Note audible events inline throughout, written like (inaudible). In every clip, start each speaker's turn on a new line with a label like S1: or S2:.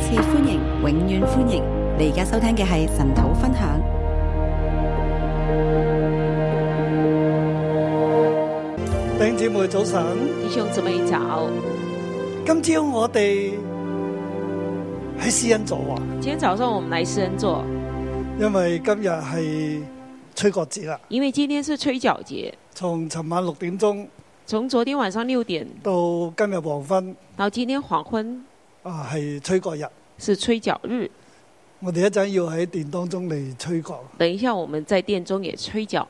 S1: 次歡迎，永遠歡迎！你而家收聽嘅係神土分享。
S2: 弟兄姊妹早晨，
S3: 弟兄姊妹早，
S2: 今朝我哋喺施恩座啊，
S3: 今天早上我们来施恩座，
S2: 因為今日係吹角節啦。
S3: 因为今天是吹角节，
S2: 從尋晚六點鐘
S3: 从昨天晚上六点
S2: 到今日黃昏
S3: 到今天黄昏
S2: 啊，係吹角日。
S3: 是吹角日。
S2: 我哋一陣要喺殿當中嚟吹角。
S3: 等一下我们在殿中也吹角。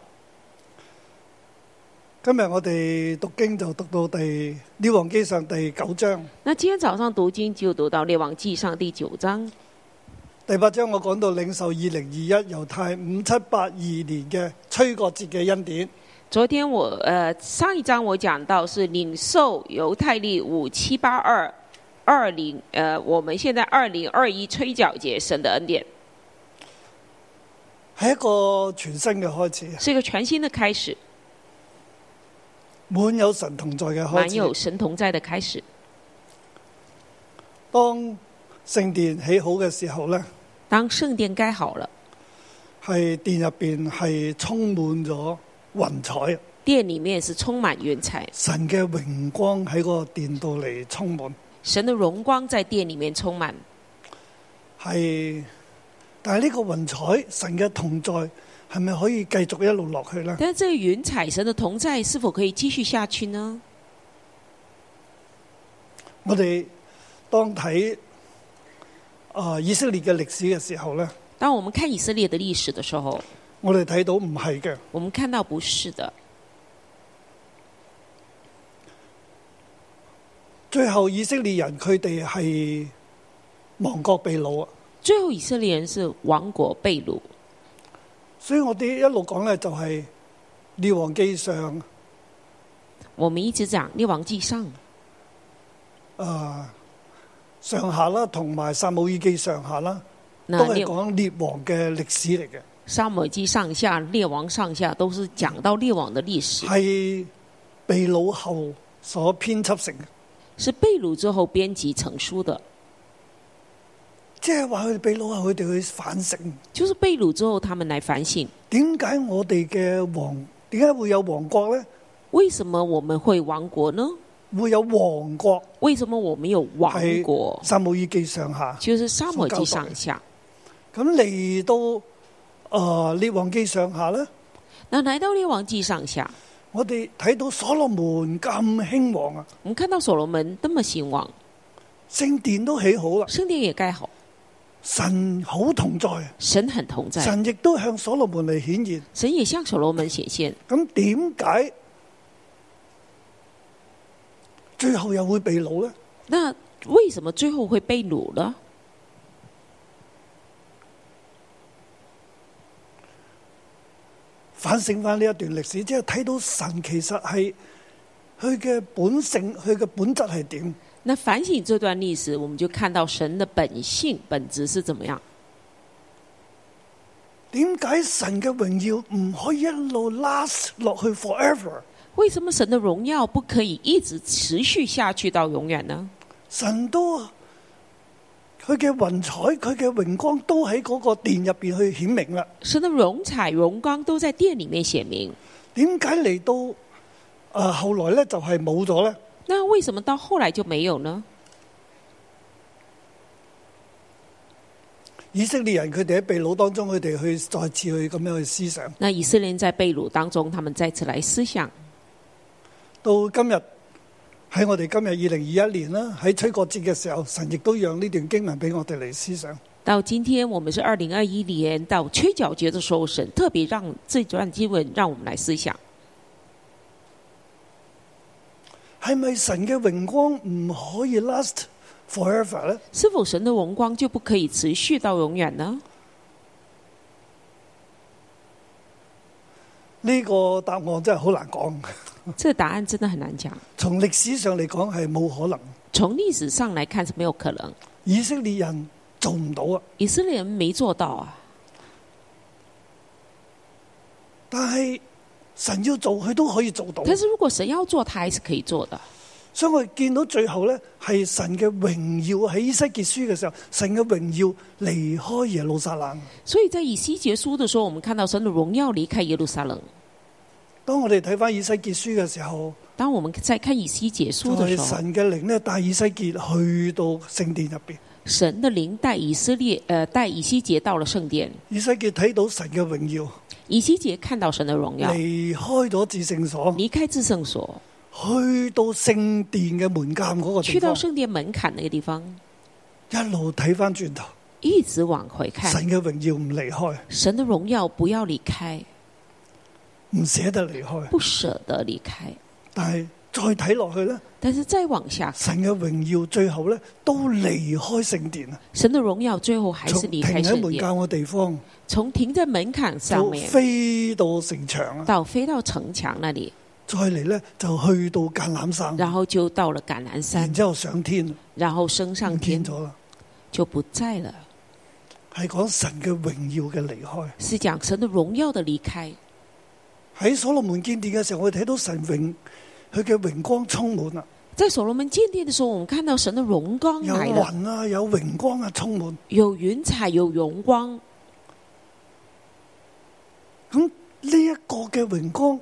S2: 今日我哋讀經就讀到第《列王記上》第九章，
S3: 那今天早上读经就读到《列王记上》第九章，
S2: 第八章我講到領受二零二一猶太五七八二年嘅吹角節嘅恩典。
S3: 昨天我呃上一章我讲到是领受犹太历五七八二二零呃我们现在二零二一吹角节神的恩典
S2: 係一個全新嘅開始，
S3: 是一个全新的开始，
S2: 滿有神同在嘅開
S3: 满
S2: 始。
S3: 有神同在的开始。
S2: 當聖殿起好嘅時候呢，
S3: 当圣殿盖好了。
S2: 係殿入邊係充滿咗雲彩，
S3: 殿里面是充满云彩，
S2: 神嘅榮光喺個殿度嚟充滿，
S3: 神的荣光在殿里面充满。
S2: 係。但係呢個雲彩，神嘅同在係咪可以繼續一路落去呢？
S3: 但是这个云彩，神的同在是否可以继续下去呢？
S2: 我哋當睇啊、以色列嘅歷史嘅時候呢，
S3: 当我们看以色列的历史的时候，
S2: 我哋睇到唔係嘅，
S3: 我们看到不是的。
S2: 最後以色列人佢哋係亡國被擄啊！
S3: 最后以色列人是亡国被掳，
S2: 所以我哋一路講呢，就係列王記上。
S3: 我们一直讲《列王记上》
S2: 啊上下啦，同埋撒姆耳記上下啦，都
S3: 那
S2: 係
S3: 列
S2: 講列王嘅歷史嚟嘅，
S3: 沙漠记上下、列王上下都是讲到列王的历史，
S2: 係被老後所編輯成嘅，
S3: 是被掳之后编辑成书的，
S2: 即係話佢哋被老後佢哋去反省，
S3: 就是被掳之后他们来反省，
S2: 點解我哋嘅王點解會有王國呢？
S3: 为什么我们会亡国呢？
S2: 會有王國
S3: 为什么我们有亡国
S2: 係？撒姆耳記上下，
S3: 就是沙漠记上下。
S2: 咁嚟到啊列王記上下呢，
S3: 那来到列王记上下，
S2: 我哋睇到所羅門咁興旺啊，
S3: 我们看到所罗门那么兴旺，
S2: 聖殿都起好啦，
S3: 圣殿也盖好，
S2: 神好同在啊。
S3: 神很同在，
S2: 神亦都向所羅門嚟顯現。
S3: 神也向所罗门显现。
S2: 咁點解最後又會被擄呢？
S3: 那为什么最后会被掳呢？
S2: 反省翻呢一段歷史，即係睇到神其實係佢嘅本性，佢嘅本質係點？
S3: 那反省这段历史，我们就看到神的本性本质是怎么样？
S2: 點解神嘅榮耀唔可以一路 last 落去 forever？
S3: 为什么神的荣耀不可以一直持续下去到永远呢？
S2: 神都佢嘅雲彩、佢嘅榮光都喺嗰個殿入邊去顯明啦。
S3: 神的荣彩荣光都在殿里面显明。
S2: 點解嚟到誒、呃、後來咧就係冇咗呢？
S3: 那为什么到后来就没有呢？
S2: 以色列人佢哋喺被擄當中，佢哋去再次去咁樣去思想，
S3: 那以色列人在被掳当中，他们再次来思想。
S2: 到今日喺我哋今日二零二一年啦，喺吹角節嘅時候，神亦都讓呢段經文俾我哋嚟思想。
S3: 到今天我们是二零二一年到吹角节的时候，神特别让这段经文让我们来思想：
S2: 係咪神嘅榮光唔可以 last forever 呢？
S3: 是否神的荣光就不可以持续到永远呢？
S2: 呢、個答案真係好難講。
S3: 这答案真的很难讲。
S2: 從歷史上嚟講係冇可能，
S3: 从历史上来看是没有可能，
S2: 以色列人做唔到啊！
S3: 以色列人没做到啊。
S2: 但係神要做，佢都可以做到。
S3: 但是如果神要做，他还是可以做的。
S2: 所以我哋見到最後咧，係神嘅榮耀喺以西結書嘅時候，神嘅榮耀離開耶路撒冷。
S3: 所以在以西结书的时候，我们看到神的荣耀离开耶路撒冷。
S2: 當我哋睇翻以西結書嘅時候，
S3: 当我们在看以西结
S2: 就
S3: 书的
S2: 係
S3: 时候，
S2: 神嘅靈咧帶以西結去到聖殿入边。
S3: 神的灵带以色列呃带以西结到了圣殿，
S2: 以西結睇到神嘅榮耀，
S3: 以西结看到神的荣耀，
S2: 離開咗至聖所，
S3: 离开至圣所，
S2: 去到聖殿嘅門檻嗰個
S3: 去
S2: 地
S3: 到
S2: 方，
S3: 圣殿门槛那个地方，
S2: 一路睇翻轉頭，
S3: 一直往回看，
S2: 神嘅榮耀唔離開，
S3: 神的荣耀不要离开，
S2: 唔捨得離開。
S3: 不舍得离开。
S2: 但係再睇落去咧，
S3: 但是再往下，
S2: 神嘅榮耀最後咧都離開聖殿啊，
S3: 神的荣耀最后还
S2: 從
S3: 是离
S2: 停
S3: 开
S2: 喺
S3: 圣
S2: 門
S3: 殿，
S2: 教嘅地方，
S3: 从停在门槛上
S2: 就
S3: 面
S2: 飛到城牆啊，
S3: 到飞到城墙那里，
S2: 再嚟咧就去到橄欖山，
S3: 然后就到了橄榄山
S2: 然，之後上天，唔
S3: 然后升上天
S2: 見咗啦，
S3: 就不在了，
S2: 係講神嘅榮耀嘅離開。
S3: 是讲神的荣耀的离开。
S2: 喺所羅門建殿嘅時候，我哋睇到神榮，佢嘅榮光充啊滿啦，
S3: 在所罗门建殿的时候，我们看到神的荣光
S2: 有
S3: 来了，
S2: 雲啊，有榮光啊，充滿。
S3: 有云彩，有荣光。
S2: 咁呢一個嘅榮光，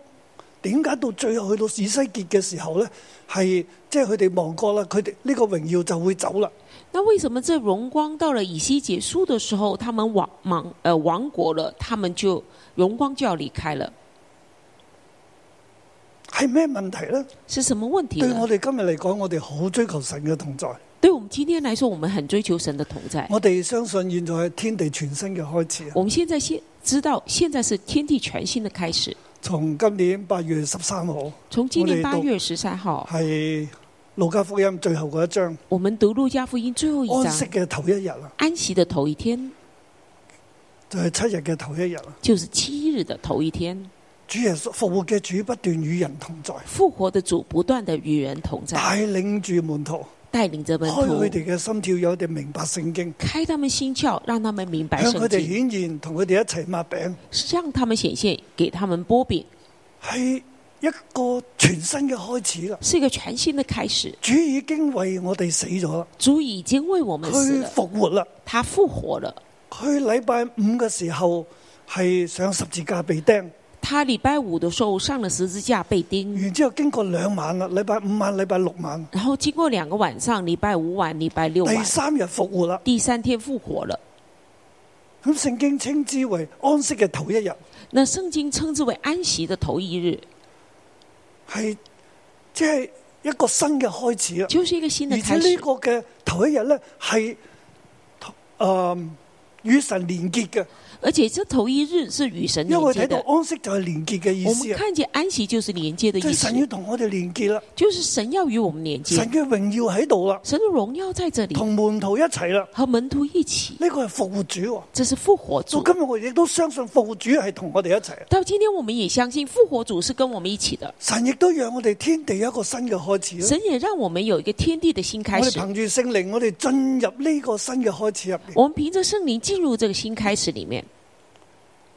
S2: 點解到最後去到以西結嘅時候咧，係即係佢哋亡國啦，佢哋呢個榮耀就會走啦。
S3: 那为什么这荣光到了以西结束的时候，他们亡亡呃亡国了，他们就荣光就要离开了？
S2: 係咩問題咧？
S3: 是什么问题
S2: 對
S3: 呢
S2: 我？哋今日嚟講，我哋好追求神嘅同在，
S3: 对我们今天来说，我们很追求神的同在。
S2: 我哋相信現在係天地全新嘅開始啊！
S3: 我们现在先知道，现在是天地全新的开始。
S2: 從今年八月十三號
S3: 从今年
S2: 我
S3: 八
S2: 哋读
S3: 月十三号，
S2: 係路加福音最後嗰一章
S3: 我们读路加福音最后一
S2: 安息
S3: 章，
S2: 嘅頭一日啦，
S3: 安息的头一天
S2: 就係、七日嘅頭一日啦。
S3: 就是七日的头一天，
S2: 主耶穌復活嘅主不斷與人同在，
S3: 复活的主不断的与人同在，
S2: 帶領住門徒，
S3: 带领着门
S2: 開
S3: 徒
S2: 啊佢哋嘅心跳，有哋明白聖經，
S3: 开他们心窍，让他们明白
S2: 向
S3: 圣
S2: 佢哋
S3: 经，
S2: 顯現，同佢哋一齊抹餅，
S3: 让他们显现，给他们波饼，
S2: 係一個全新嘅開始啦。
S3: 是一个全新的开始。
S2: 主已經為我哋死咗啦，
S3: 主已经为我们死
S2: 佢
S3: 了，
S2: 復活啦，
S3: 他复活了。
S2: 佢禮拜五嘅時候係上十字架被釘，
S3: 他礼拜五的时候上了十字架被钉，
S2: 然之後經過兩晚啦，禮拜五晚、禮拜六晚，
S3: 然后经过两个晚上，礼拜五晚、礼拜六晚
S2: 第，三日復活啦。
S3: 第三天复活了。
S2: 咁聖經稱之為安息嘅頭一日，
S3: 那圣经称之为安息的头一日，
S2: 係即係一個新嘅開始啦。
S3: 就是一个新的
S2: 而且
S3: 开
S2: 呢
S3: 始。
S2: 個嘅頭一日咧係誒與神連結嘅，
S3: 而且这头一日是与神
S2: 因
S3: 连
S2: 為
S3: 接
S2: 睇到
S3: 的。
S2: 安息就係連結嘅意
S3: 我
S2: 思
S3: 们
S2: 啊，
S3: 看见安息就是连接的
S2: 即
S3: 意
S2: 係
S3: 思
S2: 神，要同我哋連結啦，
S3: 就是神要与我们连接
S2: 神，嘅榮耀喺度啦，
S3: 神的荣耀在这里，
S2: 同門徒一齊啦，
S3: 和门徒一起。
S2: 呢、個係復活主喎。
S3: 这是复活
S2: 到
S3: 主。
S2: 今日我亦都相信復活主係同我哋一齊，啊
S3: 到今天，我们也相信复活主是跟我们一起的。
S2: 神亦都讓我哋天地有一個新嘅開始啦。啊
S3: 神也让我们有一个天地的新
S2: 我
S3: 开
S2: 哋
S3: 始。
S2: 憑住聖靈，我哋進入呢個新嘅開始入邊。
S3: 我们凭着圣灵进入这个新开始里面。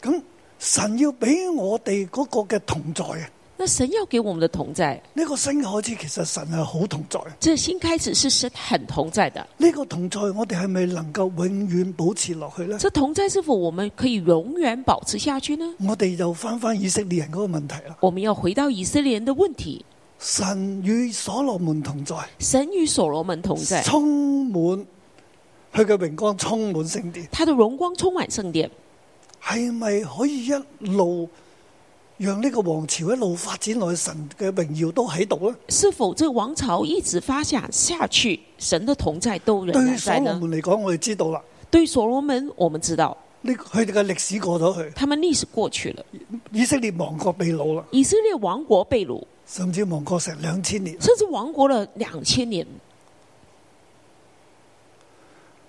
S2: 咁神要俾我哋嗰個嘅同在啊！
S3: 那神要给我们的同在，
S2: 呢、個新嘅開始其實神係好同在嘅。
S3: 这新开始是神很同在的。
S2: 呢個同在，我哋係咪能夠永遠保持落去呢？
S3: 这同在是否我们可以永远保持下去呢？
S2: 我哋又翻翻以色列人嗰個問題啦。
S3: 我们要回到以色列人的问题：
S2: 神與所羅門同在，
S3: 神与所罗门同在，
S2: 充滿佢嘅榮光，充滿聖殿，
S3: 他的荣光充满圣殿，
S2: 係咪可以一路讓呢個王朝一路發展落去？神嘅榮耀都喺度呢？
S3: 是否这王朝一直发展下去，神的同在都仍
S2: 對
S3: 然
S2: 所
S3: 在
S2: 羅
S3: 呢？
S2: 門嚟講，我哋知道啦，
S3: 对所罗门，我们知道
S2: 呢佢哋嘅歷史過咗去，
S3: 他们历史过去了，
S2: 以色列亡國被擄啦，
S3: 以色列王国被掳，
S2: 甚至亡國成兩千年。
S3: 甚至亡国了两千年。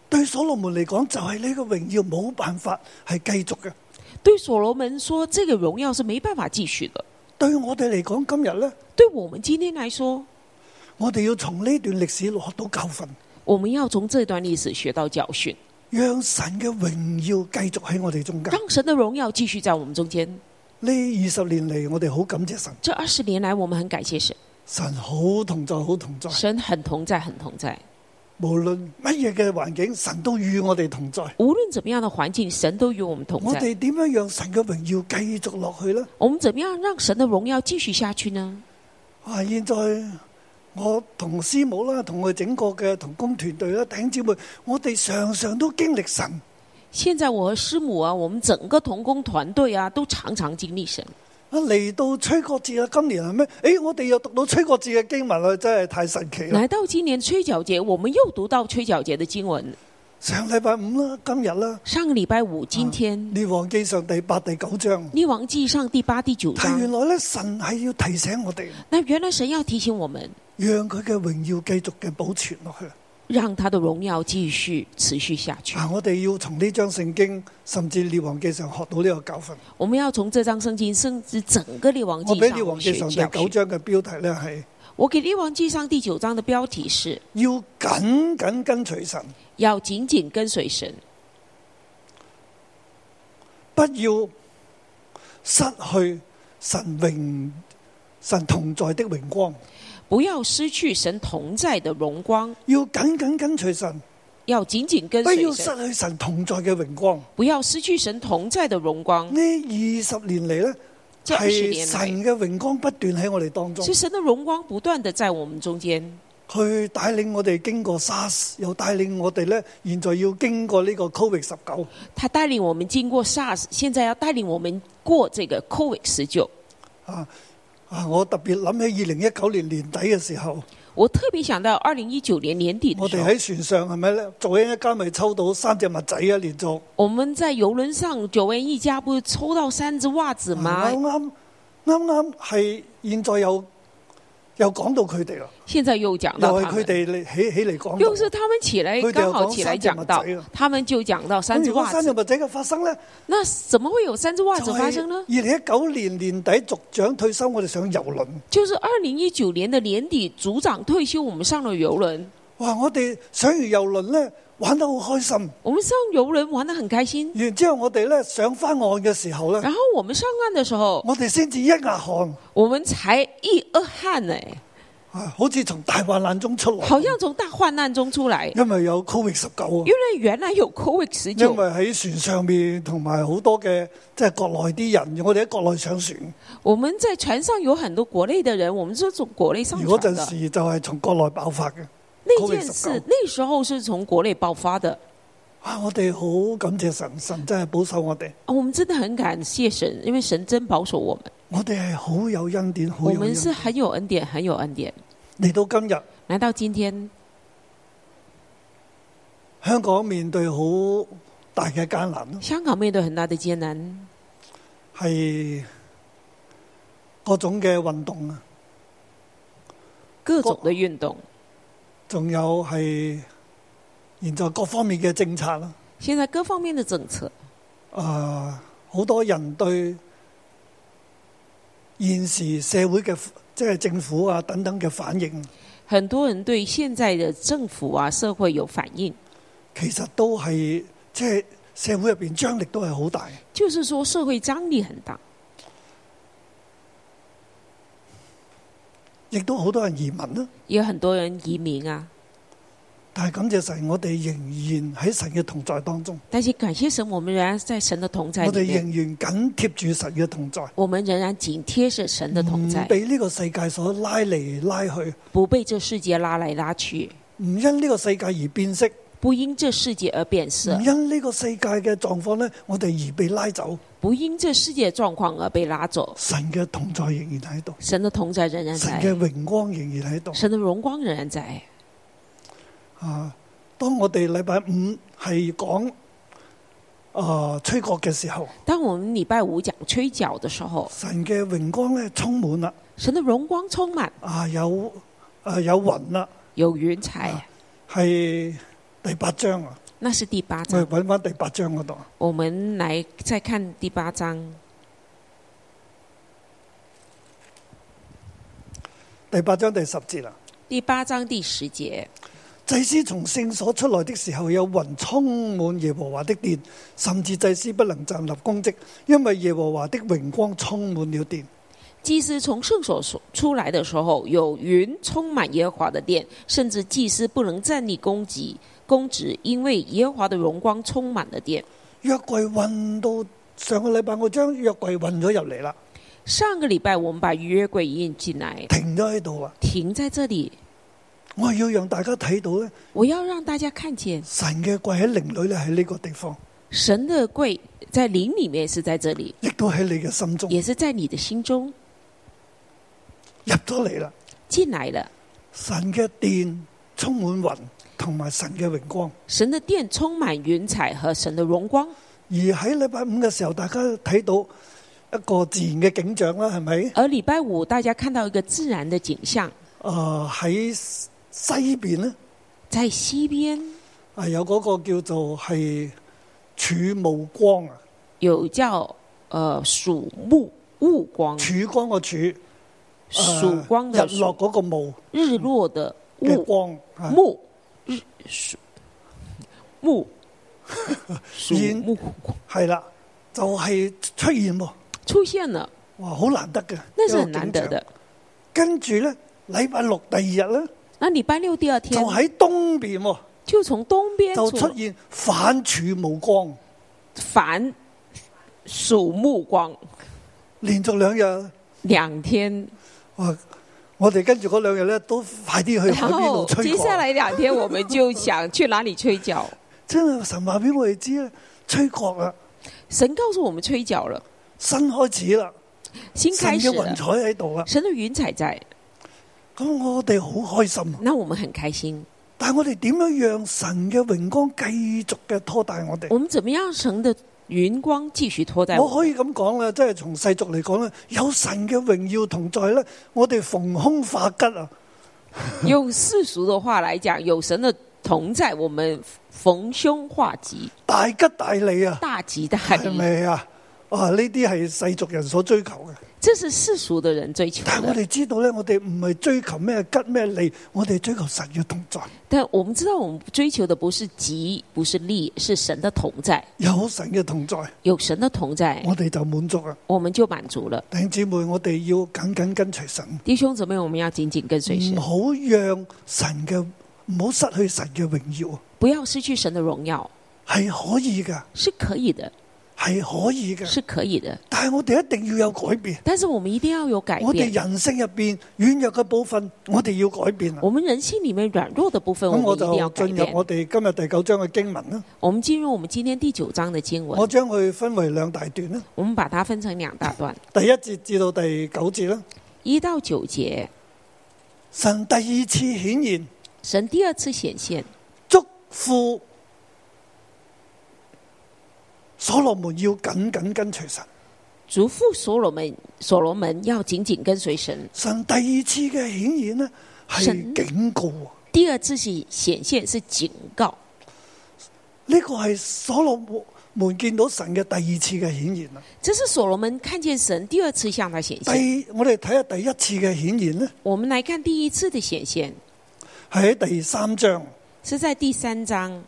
S2: 對所羅門嚟講，就係呢個榮耀冇辦法係繼續嘅。
S3: 对所罗门说，这个荣耀是没办法继续的。
S2: 對我哋嚟講，今日呢，
S3: 对我们今天来说，
S2: 我哋要從呢段歷史攞到教訓，
S3: 我们要从这段历史学到教训，
S2: 讓神嘅榮耀繼續喺我哋中間。
S3: 让神的荣耀继续在我们中间。
S2: 呢二十年嚟，我哋好感謝神，
S3: 这二十年来，我们很感谢神，
S2: 神好同在，好同在。
S3: 神很同在，很同在。
S2: 無論乜嘢嘅環境，神都與我哋同在。
S3: 无论怎么样的环境，神都与我们同
S2: 我
S3: 在。
S2: 哋點樣讓神嘅榮耀繼續落去呢？
S3: 我们怎么样让神的荣耀继续下去呢？
S2: 啊！現在我同師母啦，同佢整個嘅同工團隊啦，弟兄姊妹，我哋常常都經歷神，
S3: 现在我和师母啊，我们整个童工团队啊，都常常经历神。
S2: 啊嚟到吹角節啊，今年係咩？诶，我哋又讀到吹角節嘅經文啦，真係太神奇啦！
S3: 来到今年吹角节，我们又读到吹角节的经文。
S2: 上禮拜五啦，今日啦，
S3: 上个礼拜五，今
S2: 《
S3: 天《
S2: 列王記上》第八、第九章，
S3: 列王记上》第八、第九
S2: 但原
S3: 章。
S2: 來咧，神係要提醒我哋，
S3: 那原来神要提醒我们，
S2: 讓佢嘅榮耀繼續嘅保存落去。
S3: 让他的荣耀继续持续下去。
S2: 啊！我哋要從呢章聖經，甚至列王記上學到呢個教訓。
S3: 我们要从这张圣经，甚至整个《列王
S2: 我
S3: 记
S2: 俾
S3: 上
S2: 列王》記
S3: 学
S2: 上
S3: 教
S2: 第
S3: 训
S2: 九章嘅標題呢，係
S3: 我给《列王记上》第九章的标题是
S2: 要緊緊跟隨神，
S3: “要紧紧跟随神，
S2: 不要失去神榮神同在的榮光。
S3: 不要失去神同在的荣光，
S2: 要緊緊跟隨神，
S3: 要紧紧跟
S2: 不
S3: 随
S2: 要
S3: 神，
S2: 失去哎神同在嘅榮光。
S3: 不要失去神同在的荣光
S2: 呢。二十年嚟呢，
S3: 這嗯二十
S2: 係
S3: 年
S2: 哎神
S3: 來
S2: 嘅榮光不斷喺我哋當中
S3: 是，神的荣光不断的在我们中间，
S2: 去帶領我哋經過 SARS，又帶領我哋呢，現在要經過呢個 Covid 十九。
S3: 他带领我们经过 SARS，现在要带领我们过这个 COVID 十九。
S2: 啊啊！我特別諗起二零一九年年底嘅時候，
S3: 我特别想到二零一九年年底的
S2: 我
S3: 时
S2: 哋
S3: 候，
S2: 喺船上係咪咧？做緊一家咪抽到三隻襪仔啊，連續
S3: 我们在游轮上，九位一家不是抽到三只袜子吗？
S2: 啊啱啱啱啱係現在又又講到佢哋啦，
S3: 现在又讲
S2: 又
S3: 到
S2: 係
S3: 他
S2: 佢
S3: 们。
S2: 哋嚟起起嚟講
S3: 又是
S2: 到。
S3: 他们起来
S2: 佢哋又
S3: 刚好
S2: 講
S3: 起来
S2: 三隻
S3: 讲到
S2: 襪仔啊，
S3: 他们就讲到三
S2: 咁
S3: 只
S2: 如果
S3: 袜
S2: 三隻
S3: 子。
S2: 襪仔嘅發生咧，
S3: 那怎么会有三只袜
S2: 就
S3: 子
S2: 係
S3: 发生呢
S2: 二？零一九年年底族長退休，我哋上遊輪。
S3: 就是二零一九年的年底，组长退休，我们上了游轮，
S2: 哇！我哋上完遊輪咧，玩得好開心。
S3: 我们上游轮玩得很开心。
S2: 然之後我哋咧上翻岸嘅時候咧，
S3: 然后我们上岸的时候，
S2: 我哋先至一額汗，
S3: 我们才一二汗哎，
S2: 啊好似從大患難中出來。
S3: 好像从大患难中出来。
S2: 因為有 Covid 十九啊
S3: 因，为原来有 COVID 十
S2: 因
S3: 九，
S2: 為喺船上面同埋好多嘅即係國內啲人，我哋喺國內上船，
S3: 我们在船上有很多国内的人，我们是从國內上
S2: 而嗰
S3: 船
S2: 陣
S3: 的。
S2: 時就係從國內爆發嘅。
S3: 那件
S2: COVID 19
S3: 事那时候是从国内爆发的，
S2: 啊！我哋好感謝神，神真係保守我哋，
S3: 啊我们真的很感谢神，因为神真保守我们。
S2: 我哋係好有恩典，好
S3: 我
S2: 有恩
S3: 们是
S2: 典。
S3: 很有恩典，很有恩典。
S2: 嚟到今日，
S3: 来到今天，
S2: 香港面對好大嘅艱難咯，
S3: 香港面对很大的艰难，
S2: 係各種嘅運動啊，
S3: 各种的运动，
S2: 仲有係現在各方面嘅政策啦。
S3: 现在各方面的政策，
S2: 啊，好多人對現時社會嘅即係政府啊等等嘅反應，
S3: 很多人对现在的政府啊、社会有反应，
S2: 其實都係即係社會入邊張力都係好大。
S3: 就是说社会张力很大，
S2: 亦都好多人移民啦，
S3: 也有很多人移民啊。
S2: 但係感謝神，我哋仍然喺神嘅同在當中，
S3: 但是感谢神，我们仍然在神的同在
S2: 我哋
S3: 里面，
S2: 仍然緊貼住神嘅同在，
S3: 我们仍然紧贴着神的同
S2: 唔
S3: 在，
S2: 俾呢個世界所拉嚟拉去，
S3: 不被这世界拉来拉去，
S2: 唔因呢個世界而變色，
S3: 不因这世界而变色
S2: 唔，因呢個世界嘅狀況呢，我哋而被拉走。
S3: 不因这世界状况而被拉走。
S2: 神嘅同在仍然喺度，
S3: 神的同在仍然
S2: 神
S3: 在
S2: 嘅，榮光仍然喺度。
S3: 神的荣光仍然在。
S2: 啊，當我哋禮拜五係講啊吹角嘅時候，
S3: 当我们礼拜五讲吹角的时候，
S2: 神嘅榮光咧充滿啦，
S3: 神的荣光充满，
S2: 啊有啊有雲啦，
S3: 有云
S2: 啊
S3: 彩。
S2: 係第八章啊，
S3: 那是第八
S2: 我哋
S3: 章，
S2: 揾翻第八章嗰度啊，
S3: 我们来再看第八章。
S2: 第八章第十節啦。
S3: 第八章第十节，
S2: 祭司從聖所出來的時候，有雲充滿耶和華的殿，甚至祭司不能站立公職，因為耶和華的榮光充滿了殿。
S3: 祭司从圣所所出来的时候，有云充满耶和华的殿，甚至祭司不能站立攻击公职，因为耶和华的荣光充满了殿。
S2: 約櫃運到上個禮拜，我將約櫃運咗入嚟啦，
S3: 上个礼拜我们把约柜运进来，
S2: 停咗喺度啦。啊
S3: 停在这里。
S2: 我係要讓大家睇到咧，
S3: 我要让大家看见
S2: 神嘅櫃喺靈裏咧喺呢個地方，
S3: 神的柜在灵里面是在这里，
S2: 亦都喺你嘅心中
S3: 也是在你的心中
S2: 入咗嚟啦。
S3: 进来了。
S2: 神嘅殿充滿雲同埋神嘅榮光。
S3: 神的殿充满云彩和神的荣光。
S2: 而喺禮拜五嘅時候，大家睇到一個自然嘅景象啦，係咪？
S3: 而礼拜五大家看到一个自然的景象，
S2: 啊喺西邊咧，
S3: 在西边
S2: 啊有嗰個叫做係柱霧光啊，
S3: Mm 有叫呃曙暮雾光，
S2: 柱光個柱，啊
S3: 曙光的
S2: 日落嗰個霧
S3: 日落的
S2: 嘅
S3: 雾
S2: 光啊，
S3: 暮日曙
S2: (laughs)
S3: 暮曙
S2: 烟
S3: 暮
S2: 係啦，就係出現喎，
S3: 出现了，
S2: 哇好難得嘅，
S3: 那是
S2: 一個
S3: 很难得
S2: 景象。
S3: 的。
S2: 跟住咧，禮拜六第二日咧，
S3: 那礼拜六第二
S2: 就
S3: 天
S2: 喺東邊喎，
S3: 就從東邊
S2: 就
S3: 出
S2: 出現反柱霧光，
S3: 反曙暮光，
S2: 連續兩日。
S3: 兩天，
S2: 哇！我哋跟住嗰兩日咧，都快啲去海邊
S3: 然
S2: 度
S3: 後
S2: 吹
S3: 接下
S2: 角。
S3: 來兩天我們就想去哪裡吹角。
S2: 真係神話俾我哋知咧，吹角啦，
S3: 神告訴我們吹角了，
S2: 新開始啦，
S3: 新
S2: 神
S3: 開始
S2: 嘅雲
S3: 了，
S2: 彩喺度啦。
S3: 神的雲彩在，
S2: 咁我哋好開心啊，
S3: 那我們很開心。
S2: 但係我哋點樣讓神嘅榮光繼續嘅拖帶我哋？
S3: 我們怎麼樣神的雲光繼續拖在我
S2: 我
S3: 們？
S2: 可以咁講啦，即係從世俗嚟講咧，有神嘅榮耀同在咧，我哋逢凶化吉啊！
S3: 用世俗的話來講，有神的同在，我們逢凶化吉，
S2: 大吉大利啊，
S3: 大吉大 (laughs)
S2: 係
S3: 利。
S2: 咪啊？啊，呢啲係世俗人所追求嘅。
S3: 這是世俗的人追求
S2: 但係我
S3: 的。
S2: 哋知道咧，我哋唔係追求咩吉咩利，我哋追求神嘅同在，
S3: 但我們知道，我們追求的不是吉，不是利，是神的同在。
S2: 有神嘅同在，
S3: 有神的同在，
S2: 我哋就滿足啦。
S3: 我们就滿足了。
S2: 弟兄姊妹，我哋要緊緊跟隨神，
S3: 弟兄姊妹，我们要紧紧跟随神
S2: 唔，好讓神嘅唔好失去神嘅榮耀，
S3: 不要失去神的榮耀，
S2: 係可以噶，
S3: 是可以的，
S2: 係可以噶。
S3: 是可以的。
S2: 但係我哋一定要有改變，
S3: 但是我们一定要有改
S2: 我哋
S3: 變。
S2: 人性入邊軟弱嘅部分，我哋要改變啦。
S3: 我们人性里面軟弱的部分，我
S2: 咁
S3: 们
S2: 我
S3: 一定
S2: 就
S3: 要改
S2: 進入
S3: 變。
S2: 我哋今日第九章嘅經文啦。
S3: 我们进入我们今天第九章的經
S2: 我
S3: 文，
S2: 將佢分為兩大段啦，
S3: 我们把它分成兩大段，
S2: 第一節至到第九節啦。
S3: 一到九節。
S2: 神第二次顯現。
S3: 神第二次顯現，
S2: 祝福所羅門要緊緊跟隨神。
S3: 嘱咐所羅門，所羅門要緊緊跟隨神。
S2: 神第二次嘅顯現呢，係
S3: 神
S2: 警告啊！
S3: 第二次是顯現是警告，
S2: 呢個係所羅門見到神嘅第二次嘅顯現啊！
S3: 这是所羅門看見神第二次向他顯現。
S2: 第我哋睇下第一次嘅顯現呢，
S3: 我们来看第一次的显现
S2: 係喺第三章。
S3: 是在第三章，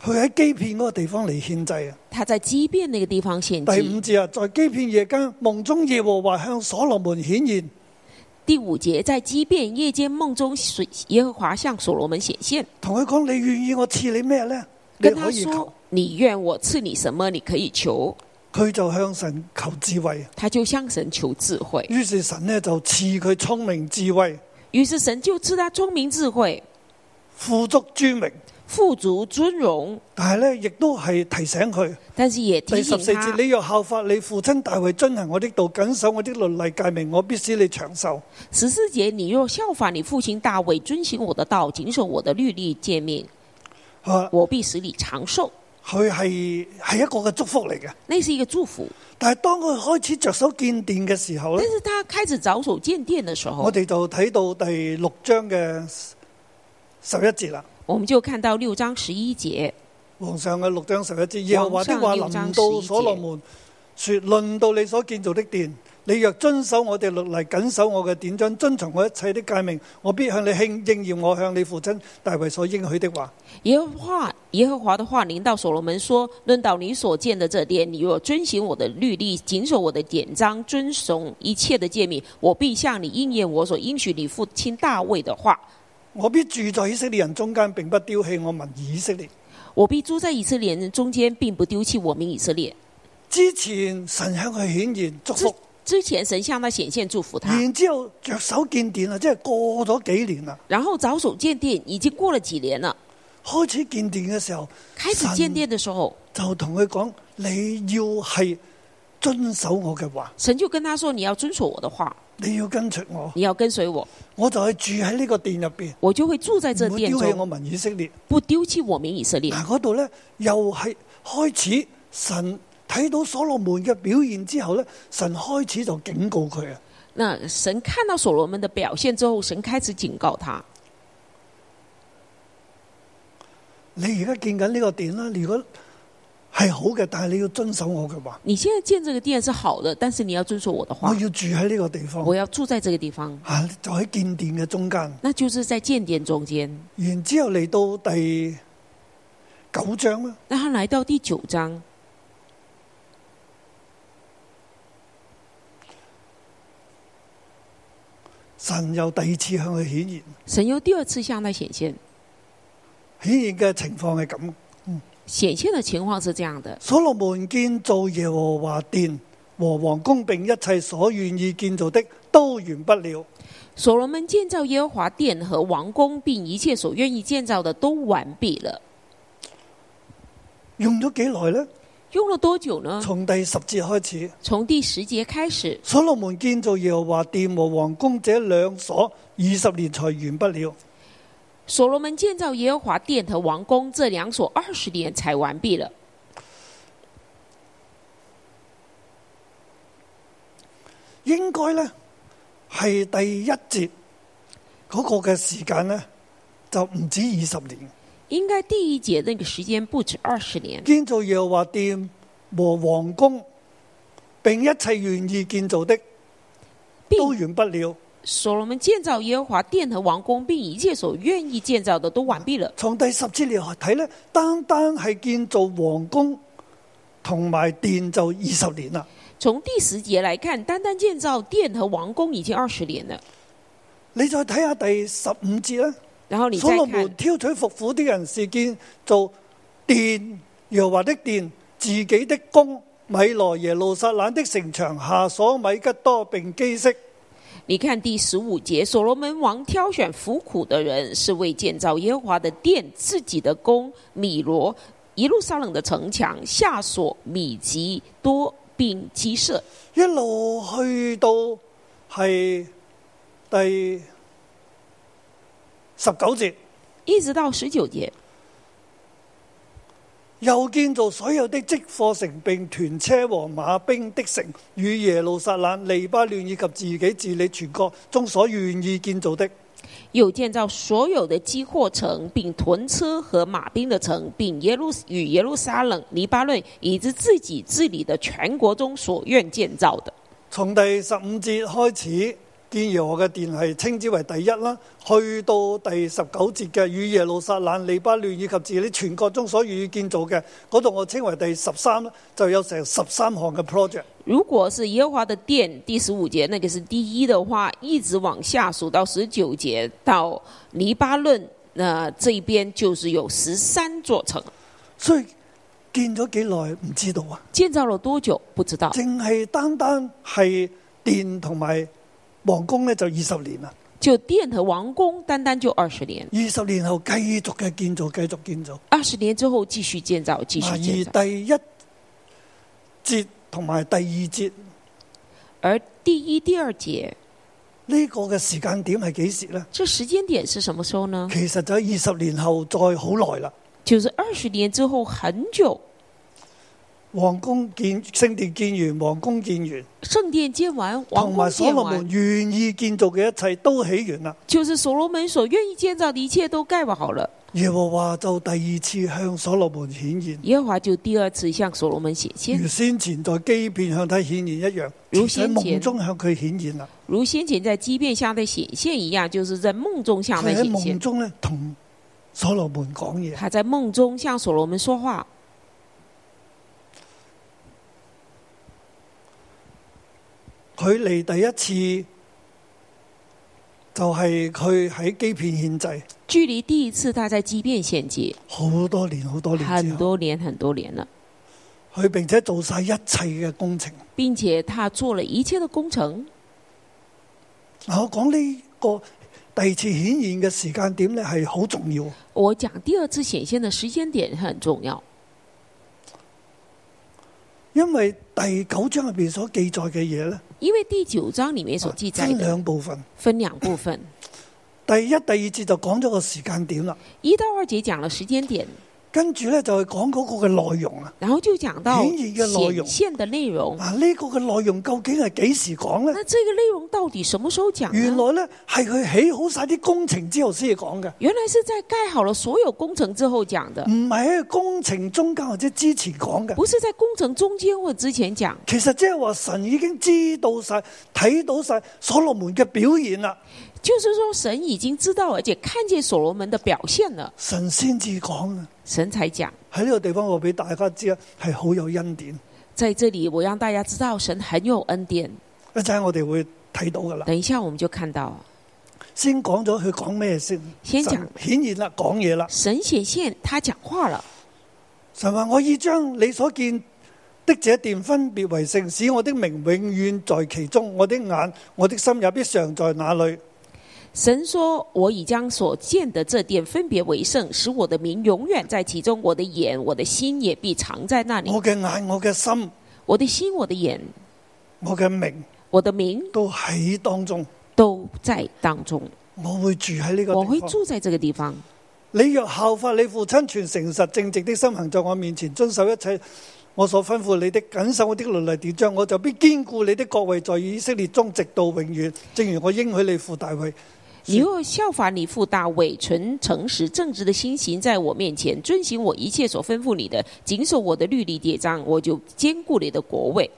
S2: 佢喺基遍嗰個地方嚟獻祭啊！
S3: 他在畸变那个地方献
S2: 第五
S3: 祭。
S2: 節啊，在基遍夜間夢中耶和華向所羅門顯現，
S3: 第五节，在畸变夜间梦中，水耶和华向所罗门显现，
S2: 同佢講：你願意我賜你咩呢？你
S3: 跟他
S2: 可以求
S3: 说：“。你愿我赐你什么，你可以求。
S2: 佢就向神求智慧。”
S3: 他就向神求智慧，
S2: 於是神呢就賜佢聰明智慧、
S3: 于是神就赐他聪明智慧、
S2: 富足尊榮，
S3: 富足尊荣，
S2: 但係呢亦都係提醒佢。
S3: 但是也
S2: 第
S3: 提
S2: 十
S3: 醒
S2: 四節：
S3: 他。
S2: 你若效法你父親大衛，遵行我的道，謹守我的律例誡命，我必使你長壽。
S3: 十四节，你若效法你父亲大卫，遵行我的道，谨守我的律例诫命，
S2: 啊
S3: 我必使你长寿。
S2: 佢係係一個嘅祝福嚟嘅。
S3: 那是一个祝福。
S2: 但係當佢開始着手建殿嘅時候呢
S3: 但，是他开始着手建殿的时候
S2: 我，哋就睇到第六章嘅十一節啦。
S3: 我们就看到六章十一节，
S2: 皇上嘅六章十一節，耶和華的話
S3: 皇
S2: 臨
S3: 上六章十一
S2: 到
S3: 節
S2: 所羅門，說：論到你所建造的殿，你若遵守我哋律例，謹守我嘅典章，遵從我一切的誡命，我必向你慶應驗我向你父親大衛所應許的話。
S3: 耶和华耶和华的话临到所罗门说：“论到你所见的这点，你若遵行我的律例，谨守我的典章，遵从一切的诫命，我必向你应验我所应许你父亲大卫的话。
S2: 我必住在以色列人中間，並不丟棄我民以色列。
S3: 我必住在以色列人中间，并不丢弃我民以色列。
S2: 之前神向佢顯現祝
S3: 之
S2: 福，
S3: 之前神向他顯現祝福他，
S2: 然之後着手見電啦，即係過咗幾年啊啦，
S3: 然后早手建殿已经过了几年了。
S2: 開始見電嘅時候，
S3: 开始建
S2: 神
S3: 殿的时候，
S2: 就同佢講：你要係遵守我嘅話，
S3: 神就跟他说：你要遵守我的话，
S2: 你要跟隨我，
S3: 你要跟随我，
S2: 我就係住喺呢個殿入邊，
S3: 我就会住在这
S2: 唔會
S3: 殿
S2: 丟棄我
S3: 中，
S2: 民以色列。
S3: 不丢弃我民以色列。
S2: 嗱，嗰度呢，又係開始神睇到所羅門嘅表現之後呢，神開始就警告佢啊！
S3: 那神看到所罗门的表现之后，神开始警告他：
S2: 你而家見緊呢個殿啦，如果係好嘅，但係你要遵守我嘅話，
S3: 你现在建这个殿是好的，但是你要遵守我的
S2: 我
S3: 话，
S2: 要住喺呢個地方
S3: 我要住在这个地方，
S2: 啊，就喺建殿嘅中間。
S3: 那就是在建殿中间。
S2: 然之後嚟到第九章啦，
S3: 那他来到第九章，
S2: 神又第二次向佢顯現，
S3: 神又第二次向他显现，
S2: 顯現嘅情況係咁。
S3: 显现的情况是这样的：
S2: 所羅門建造耶和華殿和王宮並一切所願意建造的都完不了。
S3: 所罗门建造耶和华殿和王宫，并一切所愿意建造的都完毕了。
S2: 用咗幾耐呢？
S3: 用了多久呢？
S2: 從第十節開始，
S3: 从第十节开始，
S2: 所羅門建造耶和華殿和王宮這兩所，二十年才完不了。
S3: 所罗门建造耶和华殿和王宫这两所二十年才完毕了。
S2: 應該呢係第一節嗰個嘅時間呢，就唔止二十年。
S3: 应该第一节那个时间不止二十年，
S2: 建造耶和華殿和王宮並一切願意建造的
S3: 并
S2: 都完不了。
S3: 所罗门建造耶和华殿和王宫，并一切所愿意建造的都完毕了。
S2: 從第十節嚟睇呢，單單係建造王宮同埋殿就二十年啦。
S3: 从第十节来看，单单建造殿和王宫已经二十年了。
S2: 你再睇下第十五節啦。
S3: 然后你
S2: 所
S3: 再
S2: 羅
S3: 看
S2: 門挑取服苦的人事件，做殿耶和華的殿，自己的宮，米羅耶路撒冷的城牆下所米吉多並基色。
S3: 你看第十五节，所罗门王挑选服苦的人，是为建造耶和华的殿、自己的宫、米罗、耶路撒冷的城墙、下索、米吉多并基舍。
S2: 一路去到係第十九節，
S3: 一直到十九节，
S2: 又建造所有的積貨城並屯車和馬兵的城，與耶路撒冷、利巴嫩以及自己治理全國中所願意建造的。
S3: 又建造所有的积货城，并屯车和马兵的城，并耶路与耶路撒冷、黎巴嫩以及自己治理的全国中所愿建造的。
S2: 從第十五節開始，建耶和嘅殿係稱之為第一啦，去到第十九節嘅與耶路撒冷、利巴嫩以及自己全國中所願意建造嘅，嗰度我稱為第十三啦，就有成十三項嘅 project。
S3: 如果是耶和华的殿第十五节那个是第一的话，一直往下数到十九节到黎巴嫩，那、这边就是有十三座城，
S2: 所以建咗幾耐唔知道啊，
S3: 建造了多久不知道，
S2: 淨係單單係殿同埋皇宮呢，就二十年啦。
S3: 就殿和王宫单单就二十年，
S2: 二十年後繼續嘅建造，繼續建造。
S3: 二十年之后继续建造，继
S2: 而
S3: 续建造。
S2: 第一節同埋第二節
S3: 而第一、第二节
S2: 呢、個嘅時間點係幾時呢？
S3: 这时间点是什么时候呢？
S2: 其實就喺二十年後再好耐啦。
S3: 就是二十年之后很久，
S2: 皇宮建聖殿建完，皇宮建完，
S3: 圣殿建完，王
S2: 同
S3: 宫
S2: 埋所
S3: 建
S2: 羅
S3: 完
S2: 門，願意建造嘅一切都起完啦。
S3: 就是所罗门所愿意建造的一切都盖好了。
S2: 耶和華就第二次向所羅門顯現，
S3: 耶和华就第二次向所罗門显现，
S2: 如先前在基遍向他顯現一樣，
S3: 如
S2: 喺
S3: 先
S2: 夢
S3: 前
S2: 中向佢顯現啦。
S3: 如先前在畸变下的显现一样，就是在梦中向他
S2: 佢喺
S3: 显
S2: 夢
S3: 现。
S2: 中咧同所羅門講嘢，
S3: 他在梦中向所罗门说话，
S2: 佢嚟第一次就係佢喺基遍獻祭，
S3: 距离第一次他在畸变献祭
S2: 好多年好多年之
S3: 很
S2: 後，
S3: 多年很多年了，
S2: 佢並且做晒一切嘅工程。
S3: 并且他做了一切的工程。
S2: 嗱，我講呢個第二次顯現嘅時間點咧係好重要。
S3: 我讲第二次显现的时间点很重要，
S2: 因為第九章入边所記載嘅嘢咧，
S3: 因为第九章里面所记载
S2: 分
S3: 的
S2: 兩部分。
S3: 分两部分，
S2: 第一、第二節就講咗個時間點啦，
S3: 一到二节讲了时间点，
S2: 跟住咧就係講嗰個嘅內容啊。
S3: 然后就讲到
S2: 显现的内容
S3: 显现的内容。
S2: 嗱，呢個嘅內容究竟係幾時講咧？
S3: 那这个内容到底什么时候讲呢？
S2: 原來咧係佢起好晒啲工程之後先至講嘅，
S3: 原来是在盖好了所有工程之后讲的，
S2: 唔係喺工程中間或者之前講嘅。
S3: 不是在工程中间或之前讲。
S2: 其實即係話神已經知道晒、睇到晒所羅門嘅表現啦，
S3: 就是说，神已经知道，而且看见所罗门的表现了，
S2: 神先至講啊。
S3: 神才讲。
S2: 喺呢個地方我俾大家知啊，係好有恩典，
S3: 在这里，我让大家知道，神很有恩典。
S2: 一陣我哋會睇到噶啦。
S3: 等一下我们就看到，
S2: 先講咗佢講咩先，
S3: 先講
S2: 神顯現啦，講嘢啦。
S3: 神显现，他讲话了。
S2: 神話：我已將你所見的這殿分別為聖，使我的名永遠在其中，我的眼、我的心也必常在那裏。
S3: 神说：“我已将所见的这殿分别为圣，使我的名永远在其中，我的眼、我的心也必藏在那里。
S2: 我嘅眼、我嘅心、
S3: 我的心、我的眼、
S2: 我嘅名
S3: 我的名
S2: 都喺當中，
S3: 都在当中。”
S2: 我會住喺呢個
S3: 我会
S2: 地方。
S3: 住在这个地方。
S2: 你若效法你父親，全誠實正直的心行在我面前，遵守一切我所吩咐你的，謹守我的律例典章，我就必堅固你的國位在以色列中，直到永遠。正如我應許你父大衛。
S3: 你若效法你父大卫，存诚实正直的心行在我面前，遵行我一切所吩咐你的，谨守我的律例典章，我就兼顾你的国位。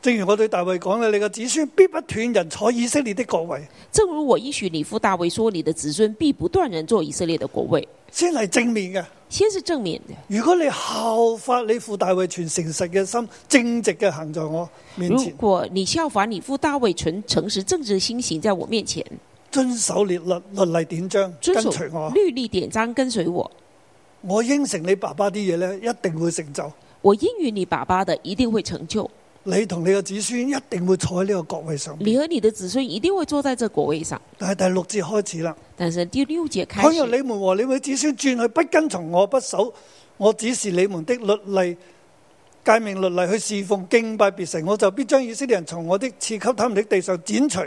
S2: 正如我對大衛講咧，你嘅子孫必不斷人坐以色列的國位，
S3: 正如我应许你父大卫说，你的子孙必不断人做以色列的国位。
S2: 先係正面嘅。
S3: 先是正面的，
S2: 如果你效法你父大衛全誠實嘅心，正直嘅行在我面
S3: 如
S2: 前，
S3: 果你效法你父大卫，存诚实正直的心行在我面前，
S2: 遵守列律律例典章，跟
S3: 遵守
S2: 隨我，
S3: 律例典章，跟随我，
S2: 我應承你爸爸啲嘢咧，一定會成就。
S3: 我应允你爸爸的，一定会成就。
S2: 你同你嘅子孫一定會坐喺呢個國位上面。
S3: 你和你的子孙一定会坐在这国位上。
S2: 但係第六節開始啦，
S3: 但是第六节开
S2: 倘若
S3: 始。
S2: 啊你們和你們子孫轉去不跟從我，不守我指示你們的律例、誡命律例去侍奉敬拜別神，我就必將以色列人從我的賜給他們的地上剪除。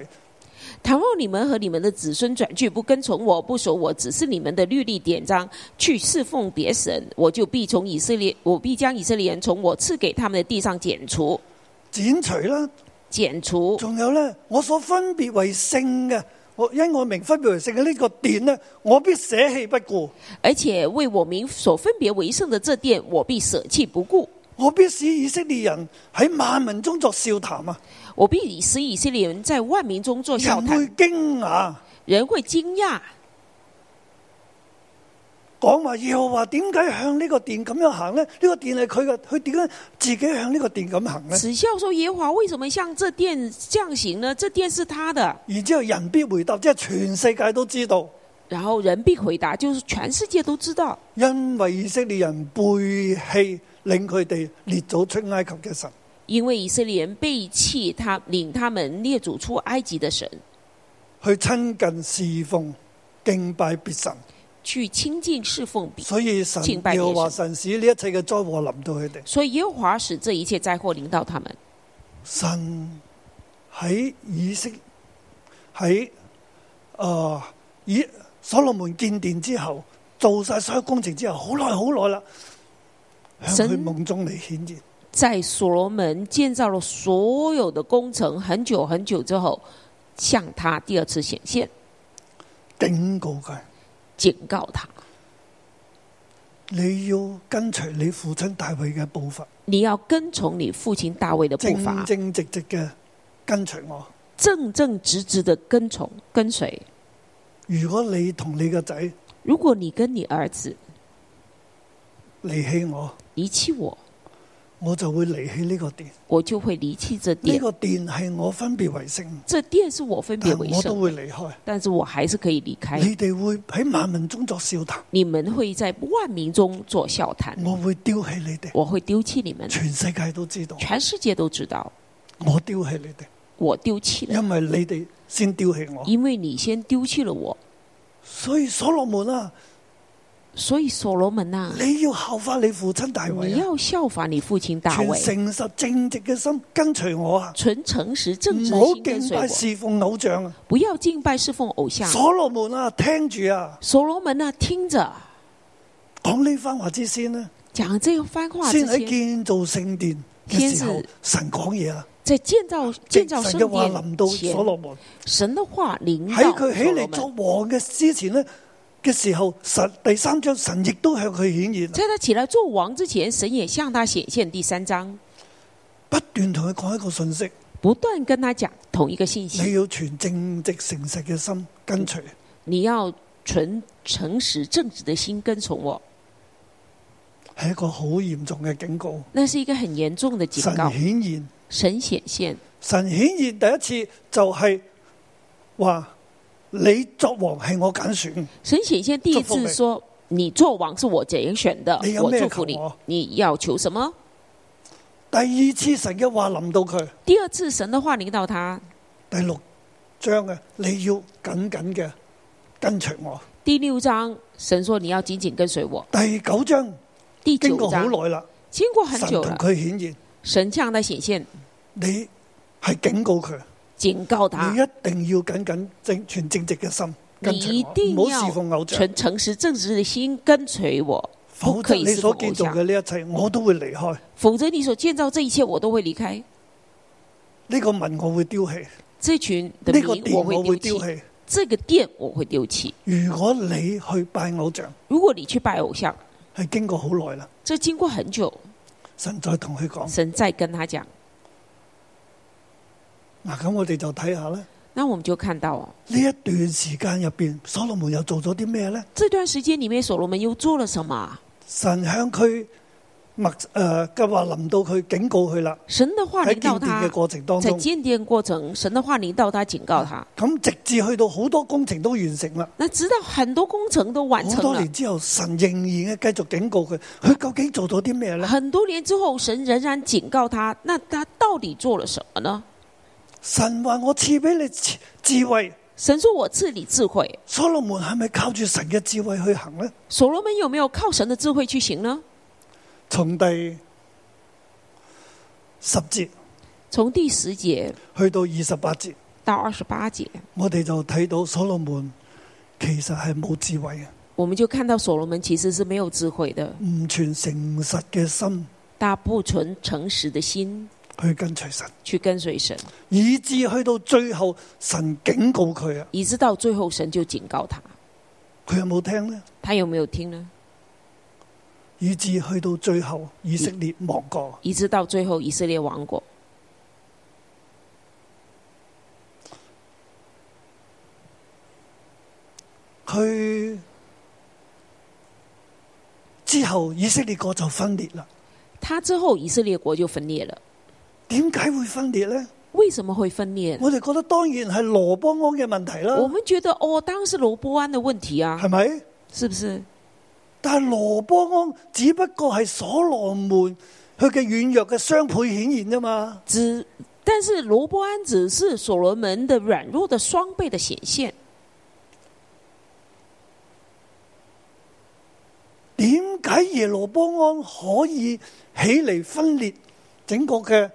S3: 倘若你们和你们的子孙转去，不跟从我，不守我只是你们的律例典章，去侍奉别神，我就必从以色列，我必将以色列人从我赐给他们的地上剪除，
S2: 剪除啦，
S3: 剪除。
S2: 仲有呢，我所分別為聖嘅，我因我名分別為聖嘅呢個殿呢，我必捨棄不顧，
S3: 而且为我名所分别为圣的这殿，我必舍弃不顾。
S2: 我必使以色列人喺萬民中作笑談啊！
S3: 我必使以色列人在万民中做笑
S2: 人會
S3: 谈，
S2: 驚訝，
S3: 人会惊讶，
S2: 講話耶和華點解向呢個殿咁樣行呢？呢、個殿係佢嘅，佢點解自己向呢個殿咁行呢？
S3: 耻笑说：“耶和华为什么像这殿这样行呢？这殿是他的。
S2: 然之後人必回答，即係全世界都知道，”
S3: 然后人必回答：“就是全世界都知道，
S2: 因為以色列人背棄領佢哋列祖出埃及嘅神。
S3: 因为以色列人背弃他，领他们列祖出埃及的神，
S2: 去親近侍奉敬拜別神，
S3: 去亲近侍奉比。
S2: 所以神
S3: 敬拜別神
S2: 又話神使呢一切嘅災禍臨到佢哋。
S3: 所以耶和华使这一切灾祸临到他们。
S2: 神喺以色喺呃以所羅門建殿之後，做晒所有工程之後，好耐好耐啦，向
S3: 神
S2: 佢夢中嚟顯現。
S3: 在所罗门建造了所有的工程很久很久之后，向他第二次显现，
S2: 警告佢：
S3: 警告他：
S2: 你要跟隨你父親大衛嘅步伐，
S3: 你要跟从你父亲大卫的步伐
S2: 正，正直直嘅跟隨我。
S3: 正正直直的跟从跟随。
S2: 如果你同你嘅仔
S3: 如果你跟你儿子
S2: 離棄我，
S3: 离弃我，
S2: 我就會離棄呢個殿。
S3: 我就会离弃这
S2: 呢、
S3: 殿。
S2: 個殿係我分別為聖，
S3: 这殿是我分别
S2: 但
S3: 为
S2: 啊我都
S3: 圣，
S2: 會離開。
S3: 但是我还是可以离开。
S2: 你哋會喺萬民中作笑談，
S3: 你们會在万民中做笑谈，
S2: 我會丟棄你哋，
S3: 我會丢弃你们，
S2: 全世界都知道
S3: 嗯全世界都知道
S2: 我丟棄你哋，
S3: 我丢弃了，
S2: 因為你哋先丟棄我。
S3: 因为你先丢弃了我。
S2: 所以所羅門啊，
S3: 所以所罗门呐、
S2: 你要效法你父親大
S3: 你
S2: 衛啊，
S3: 嗯要效法你父亲大
S2: 全
S3: 卫，
S2: 誠實正直嘅心跟隨我啊，
S3: 存诚实正直
S2: 唔
S3: 的
S2: 好
S3: 心跟
S2: 敬
S3: 随
S2: 拜
S3: 我，
S2: 侍奉偶像啊。
S3: 不要敬拜侍奉偶像。
S2: 所羅門啊，聽住啊，
S3: 所罗门呐、听着
S2: 講呢番話之先呢，
S3: 讲这番话之
S2: 先喺
S3: 前，
S2: 建造聖殿嘅時候
S3: 先是，
S2: 神講嘢啦，
S3: 在建造
S2: 即
S3: 建
S2: 係
S3: 造
S2: 神
S3: 圣
S2: 嘅話臨
S3: 殿
S2: 到
S3: 前
S2: 所，羅門。
S3: 神的话临
S2: 喺
S3: 到所
S2: 佢起
S3: 罗
S2: 嚟作
S3: 门。
S2: 王嘅之前呢嘅時候，神第三章神亦都向佢顯現，
S3: 在他起来做王之前，神也向他显现。第三章
S2: 不斷同佢講一個信息：
S3: 不断跟他讲同一个信息
S2: 你，要存正直誠實嘅心跟隨。
S3: 你要存诚实正直的心跟从我。
S2: 係一個好嚴重嘅警告。
S3: 那是一个很严重的警
S2: 神
S3: 告。
S2: 顯現，
S3: 神显现，
S2: 神顯現第一次就係話你作王係我揀選，
S3: 神显现第
S2: 祝
S3: 一
S2: 福你
S3: 次说：“你做王是我拣选的
S2: 你，有
S3: 我
S2: 咩
S3: 祝福你
S2: 求我。
S3: 你要求什么
S2: 第二次神嘅話臨到佢，？”
S3: 第二次，神的话领导他。
S2: 第六章嘅你要緊緊嘅跟隨我。
S3: 第六章，神说：“你要紧紧跟随我。
S2: 第九章”
S3: 第
S2: 經
S3: 九
S2: 過好
S3: 章，
S2: 耐啦，
S3: 经过很
S2: 神
S3: 久
S2: 同
S3: 了，
S2: 佢顯現，
S3: 神向他显现，
S2: 你係警告佢。
S3: 警告他
S2: 你一定要緊緊正全正直嘅心跟：“
S3: 你一
S2: 隨
S3: 定
S2: 我，唔好侍奉
S3: 要
S2: 偶像，
S3: 存诚实正直的心跟随我，不
S2: 否則
S3: 可以
S2: 你
S3: 侍奉
S2: 所
S3: 偶
S2: 建造
S3: 像。
S2: 嘅呢一切，我都會離開。呢、
S3: 否则，你所建造这一切，我都会离开。”
S2: 個民我會丟棄，呢、
S3: 这群的
S2: 個
S3: 民
S2: 殿
S3: 我
S2: 我會
S3: 会
S2: 丟
S3: 丢弃，
S2: 棄。
S3: 这个殿我会丢弃。
S2: 如果你去拜偶像，
S3: 如果你去拜偶像，
S2: 係經過好耐啦，
S3: 这经过很久，
S2: 神再同佢講。
S3: 神再跟他讲，
S2: 嗱，咁我哋就睇下咧，呢
S3: 那我们就看到哦，
S2: 一段時間入邊，所羅門又做咗啲咩呢？
S3: 这段时间里面，所罗门又做了什么啊？
S2: 神向佢默誒嘅話臨到佢，警告佢啦。
S3: 神的话
S2: 喺
S3: 领
S2: 建
S3: 导
S2: 殿
S3: 他
S2: 嘅，過程當
S3: 在
S2: 中，
S3: 建殿过程，神的话领导他，警告他。
S2: 咁直至去到好多工程都完成啦。
S3: 那直到很多工程都完
S2: 好
S3: 成
S2: 多
S3: 了
S2: 年，之後，神仍然嘅繼續警告佢，佢究竟做咗啲咩呢？
S3: 很多年之后，神仍然警告他，那他到底做了什么呢？
S2: 神話我賜俾你智智慧，
S3: 神说：“我赐你智慧。
S2: 所羅門係咪靠住神嘅智慧去行呢？”
S3: 所罗门有没有靠神的智慧去行呢？
S2: 從第十節
S3: 从第十节
S2: 去到二十八節，
S3: 到二十八节，
S2: 我哋就睇到所羅門其實係冇智慧嘅，
S3: 我们就看到所罗门其实是没有智慧的，
S2: 唔存誠實嘅心
S3: 他不存诚实的心
S2: 去跟隨神，
S3: 去跟随神，
S2: 以致去到最後，神警告佢啊！
S3: 以致到最后神就警告他。
S2: 佢有冇聽呢？
S3: 他有没有听呢？
S2: 以致去到最後，以色列亡國。
S3: 以致到最后以色列亡国。
S2: 佢之後以色列國就分裂啦。
S3: 他之后以色列国就分裂了。
S2: 點解會分裂呢？
S3: 为什么会分裂呢？
S2: 我哋覺得當然係羅邦安嘅問題
S3: 我
S2: 啦，
S3: 们觉得哦，当然是罗伯安的问题啊，
S2: 係咪？
S3: 是不是？
S2: 但係羅邦安只不過係所羅門佢嘅軟弱嘅雙倍顯現啫嘛。
S3: 只但是罗伯安只是所罗门的软弱的双倍的显现。
S2: 點解耶羅邦安可以起嚟分裂整個嘅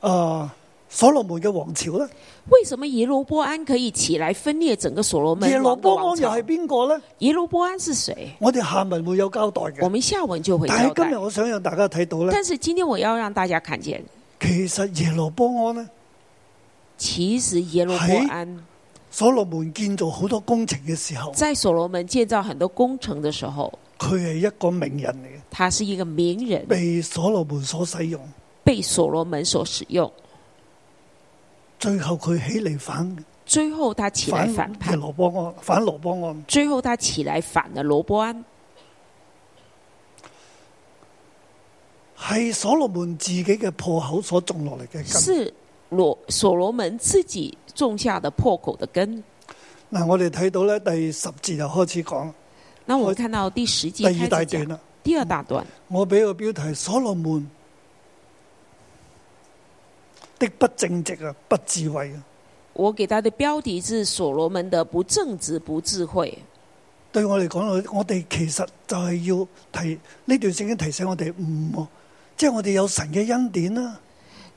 S2: 啊、所羅門嘅王朝呢？
S3: 为什么耶罗波安可以起来分裂整个所罗门
S2: 耶羅
S3: 王的
S2: 波
S3: 王
S2: 安又
S3: 朝
S2: 係？邊個呢？
S3: 耶罗波安是谁？
S2: 我哋下文會有交代
S3: 我
S2: 嘅。
S3: 们下文就会
S2: 但
S3: 交
S2: 係今
S3: 代
S2: 日。我想讓大家睇到呢，
S3: 但是今天我要让大家看见，
S2: 其實耶羅波安呢，
S3: 其实耶罗波安
S2: 所羅門建造好多工程嘅時候，
S3: 在所罗门建造很多工程的时候，
S2: 佢係一個名人嚟嘅，
S3: 他是一个名人，
S2: 被所羅門所使用。
S3: 被所罗门所使用。
S2: 最後佢起嚟反
S3: 最后他起来
S2: 反
S3: 反
S2: 耶
S3: 叛，
S2: 羅波安，反羅波安。
S3: 最后他起来反了罗波安，
S2: 係所羅門自己嘅破口所種落嚟嘅根。
S3: 是罗所罗门自己种下的破口的根。
S2: 嗱，我哋睇到咧第十節就開始講
S3: 那我们看到第十
S2: 第
S3: 节
S2: 二
S3: 开
S2: 大
S3: 始
S2: 段
S3: 讲
S2: 啦。
S3: 第二大段，
S2: 我俾個標題：所羅門的不正直啊，不智慧啊。
S3: 我给他的标题是所罗门的不正直不智慧。
S2: 對我嚟講，我哋其實就係要提呢段聖經提醒我哋，唔、即係我哋有神嘅恩典啦、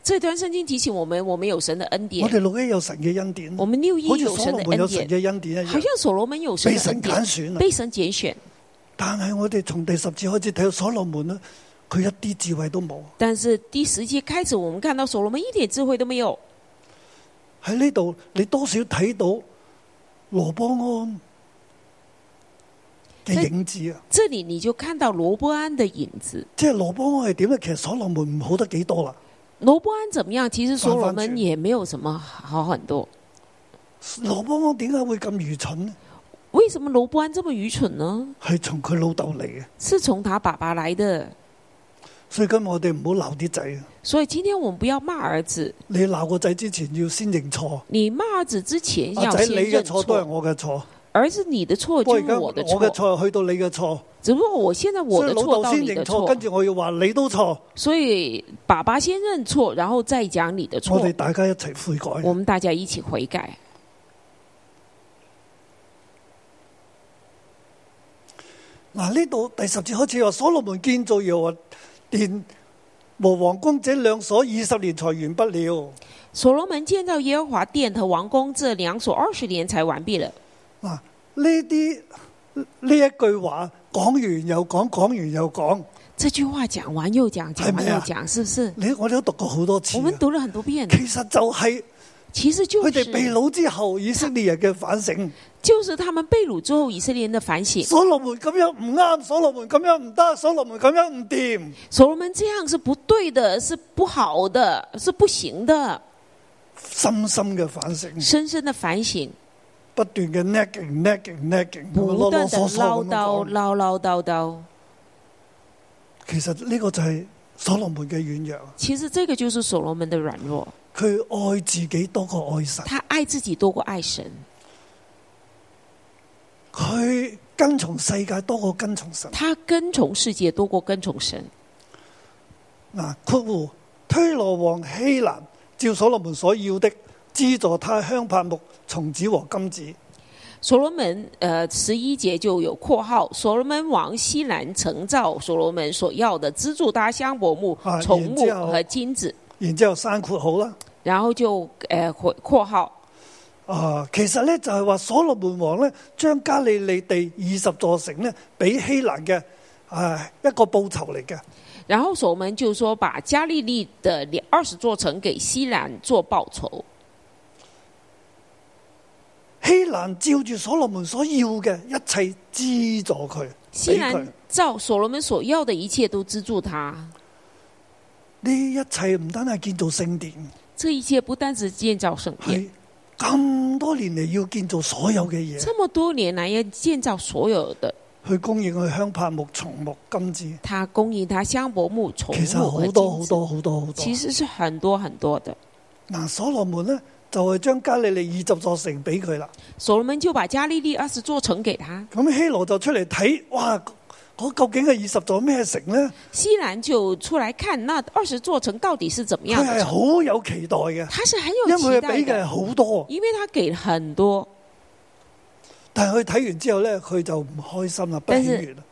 S3: 这段圣经提醒我们，我们有神的恩典
S2: 我，哋六一有神嘅恩典，
S3: 我们六一
S2: 好似
S3: 有
S2: 所
S3: 神的
S2: 羅門有
S3: 恩
S2: 神
S3: 典，
S2: 嘅恩典一
S3: 好
S2: 樣，
S3: 像所罗门有神
S2: 被
S3: 的
S2: 神揀
S3: 恩典，
S2: 選啊。
S3: 被神拣选。
S2: 但係我哋從第十節開始睇到所羅門咧，佢一啲智慧都冇。
S3: 但是第十节开始，我们看到所罗门一点智慧都没有。
S2: 喺呢度，你多少睇到羅波安嘅影子啊！
S3: 这里你就看到罗伯安的影子。
S2: 即係羅波安係點咧？其實所羅門唔好得幾多啦。
S3: 罗伯安怎么样？其实所罗
S2: 翻翻
S3: 门
S2: 去
S3: 也没有什么好很多。
S2: 羅波安點解會咁愚蠢呢？
S3: 为什么罗伯安这么愚蠢呢？
S2: 係從佢老豆嚟嘅。
S3: 是从他爸爸来的。
S2: 所以今日我哋唔好鬧啲仔啊！
S3: 所以今天我们不要骂儿子，
S2: 你鬧個仔之前要先認錯。
S3: 你骂儿子之前
S2: 阿
S3: 要
S2: 啊仔，你
S3: 先
S2: 嘅
S3: 认
S2: 錯都係
S3: 错，
S2: 我嘅錯。
S3: 而是你的错
S2: 不
S3: 就
S2: 過而
S3: 是
S2: 家
S3: 我的
S2: 嘅
S3: 错。
S2: 錯去到你嘅錯，
S3: 只不过我现在我
S2: 所以
S3: 的
S2: 老
S3: 错
S2: 豆
S3: 到
S2: 先
S3: 你的
S2: 認
S3: 错
S2: 錯，，跟住我要話你都錯。
S3: 所以爸爸先认错，然后再讲你的
S2: 我
S3: 错。
S2: 哋大家一齊悔改。
S3: 我们大家一起悔改。
S2: 嗱，呢度第十節開始話，所羅門建造耶和華殿和王宮這兩所二十年才完不了。
S3: 所罗门建造耶和华殿和王宫这两所二十年才完毕了。
S2: 嗱，呢啲呢一句話講完又講，講完又講，
S3: 这句话讲完又讲，讲
S2: 哎
S3: 完又讲，是不是？
S2: 你我哋都讀過好多次
S3: 我
S2: 啊。
S3: 们读了很多遍，
S2: 其實就係
S3: 其实就
S2: 佢哋被
S3: 是
S2: 掳之後，以色列人嘅反省。
S3: 就是他们被掳之后以色列人的反省。
S2: 所羅門咁樣唔啱，所羅門咁樣唔得，所羅門咁樣唔掂，
S3: 所罗门这样是不对的，是不好的，是不行的。
S2: 深深嘅反省，
S3: 深深的反省，
S2: 不斷嘅 nagging nagging nagging，
S3: 不
S2: 囉
S3: 断
S2: 囉
S3: 的
S2: 嗦
S3: 唠
S2: 嗦咁
S3: 叨
S2: 樣講。
S3: 唠唠叨叨。
S2: 其實呢個就係所羅門嘅軟弱。啊
S3: 其实这个就是所罗门的软弱，
S2: 佢愛自己多過愛神，
S3: 他爱自己多过爱神，
S2: 佢跟從世界多過跟從神。
S3: 他跟从世界多过跟从神。
S2: 嗱，括弧推羅王希蘭照所羅門所要的，資助他香柏木、松子和金子。
S3: 所罗门，呃，十一节就有括号。所罗门王西兰承造所罗门所要的，资助他香柏木
S2: 啊、
S3: 桐
S2: 然
S3: 木
S2: 之后
S3: 和金子，
S2: 然之後生括號啦。
S3: 然后就呃括括号。
S2: 啊，其實咧就係話所羅門王咧將加利利地二十座城咧俾希蘭嘅啊一個報酬嚟嘅。
S3: 然后所罗门就说，把加利利的二十座城给西兰做报酬。
S2: 希蘭照住所羅門所要嘅一切資助佢，
S3: 西
S2: 俾佢
S3: 兰照所罗门所要的一切都资助他，
S2: 呢一切唔單係建造聖殿，
S3: 这一切不单只建造圣殿，
S2: 係咁多年嚟要建造所有嘅嘢，
S3: 这么多年来要建造所有的，
S2: 去供應佢香柏木、松木、金子，
S3: 他供应他香柏木、桐
S2: 其實
S3: 木和
S2: 好
S3: 金
S2: 多好
S3: 子，
S2: 多好多好多
S3: 啊其。实是很多很多的。
S2: 嗱，所羅門呢，就係將加利利二十座城俾佢啦。
S3: 所罗门就把加利利二十座城给他，
S2: 咁希羅就出嚟睇，哇！嗰究竟係二十座咩城呢？
S3: 西兰就出来看那二十座城到底是怎么
S2: 佢
S3: 样
S2: 係
S3: 的。
S2: 好有期待嘅，
S3: 他是很
S2: 因
S3: 有期
S2: 為佢
S3: 待
S2: 俾嘅係
S3: 的，
S2: 好多。
S3: 因为他给了很多，
S2: 但係佢睇完之後呢，佢就唔開心啦，不
S3: 但
S2: 喜
S3: 是
S2: 悦啦。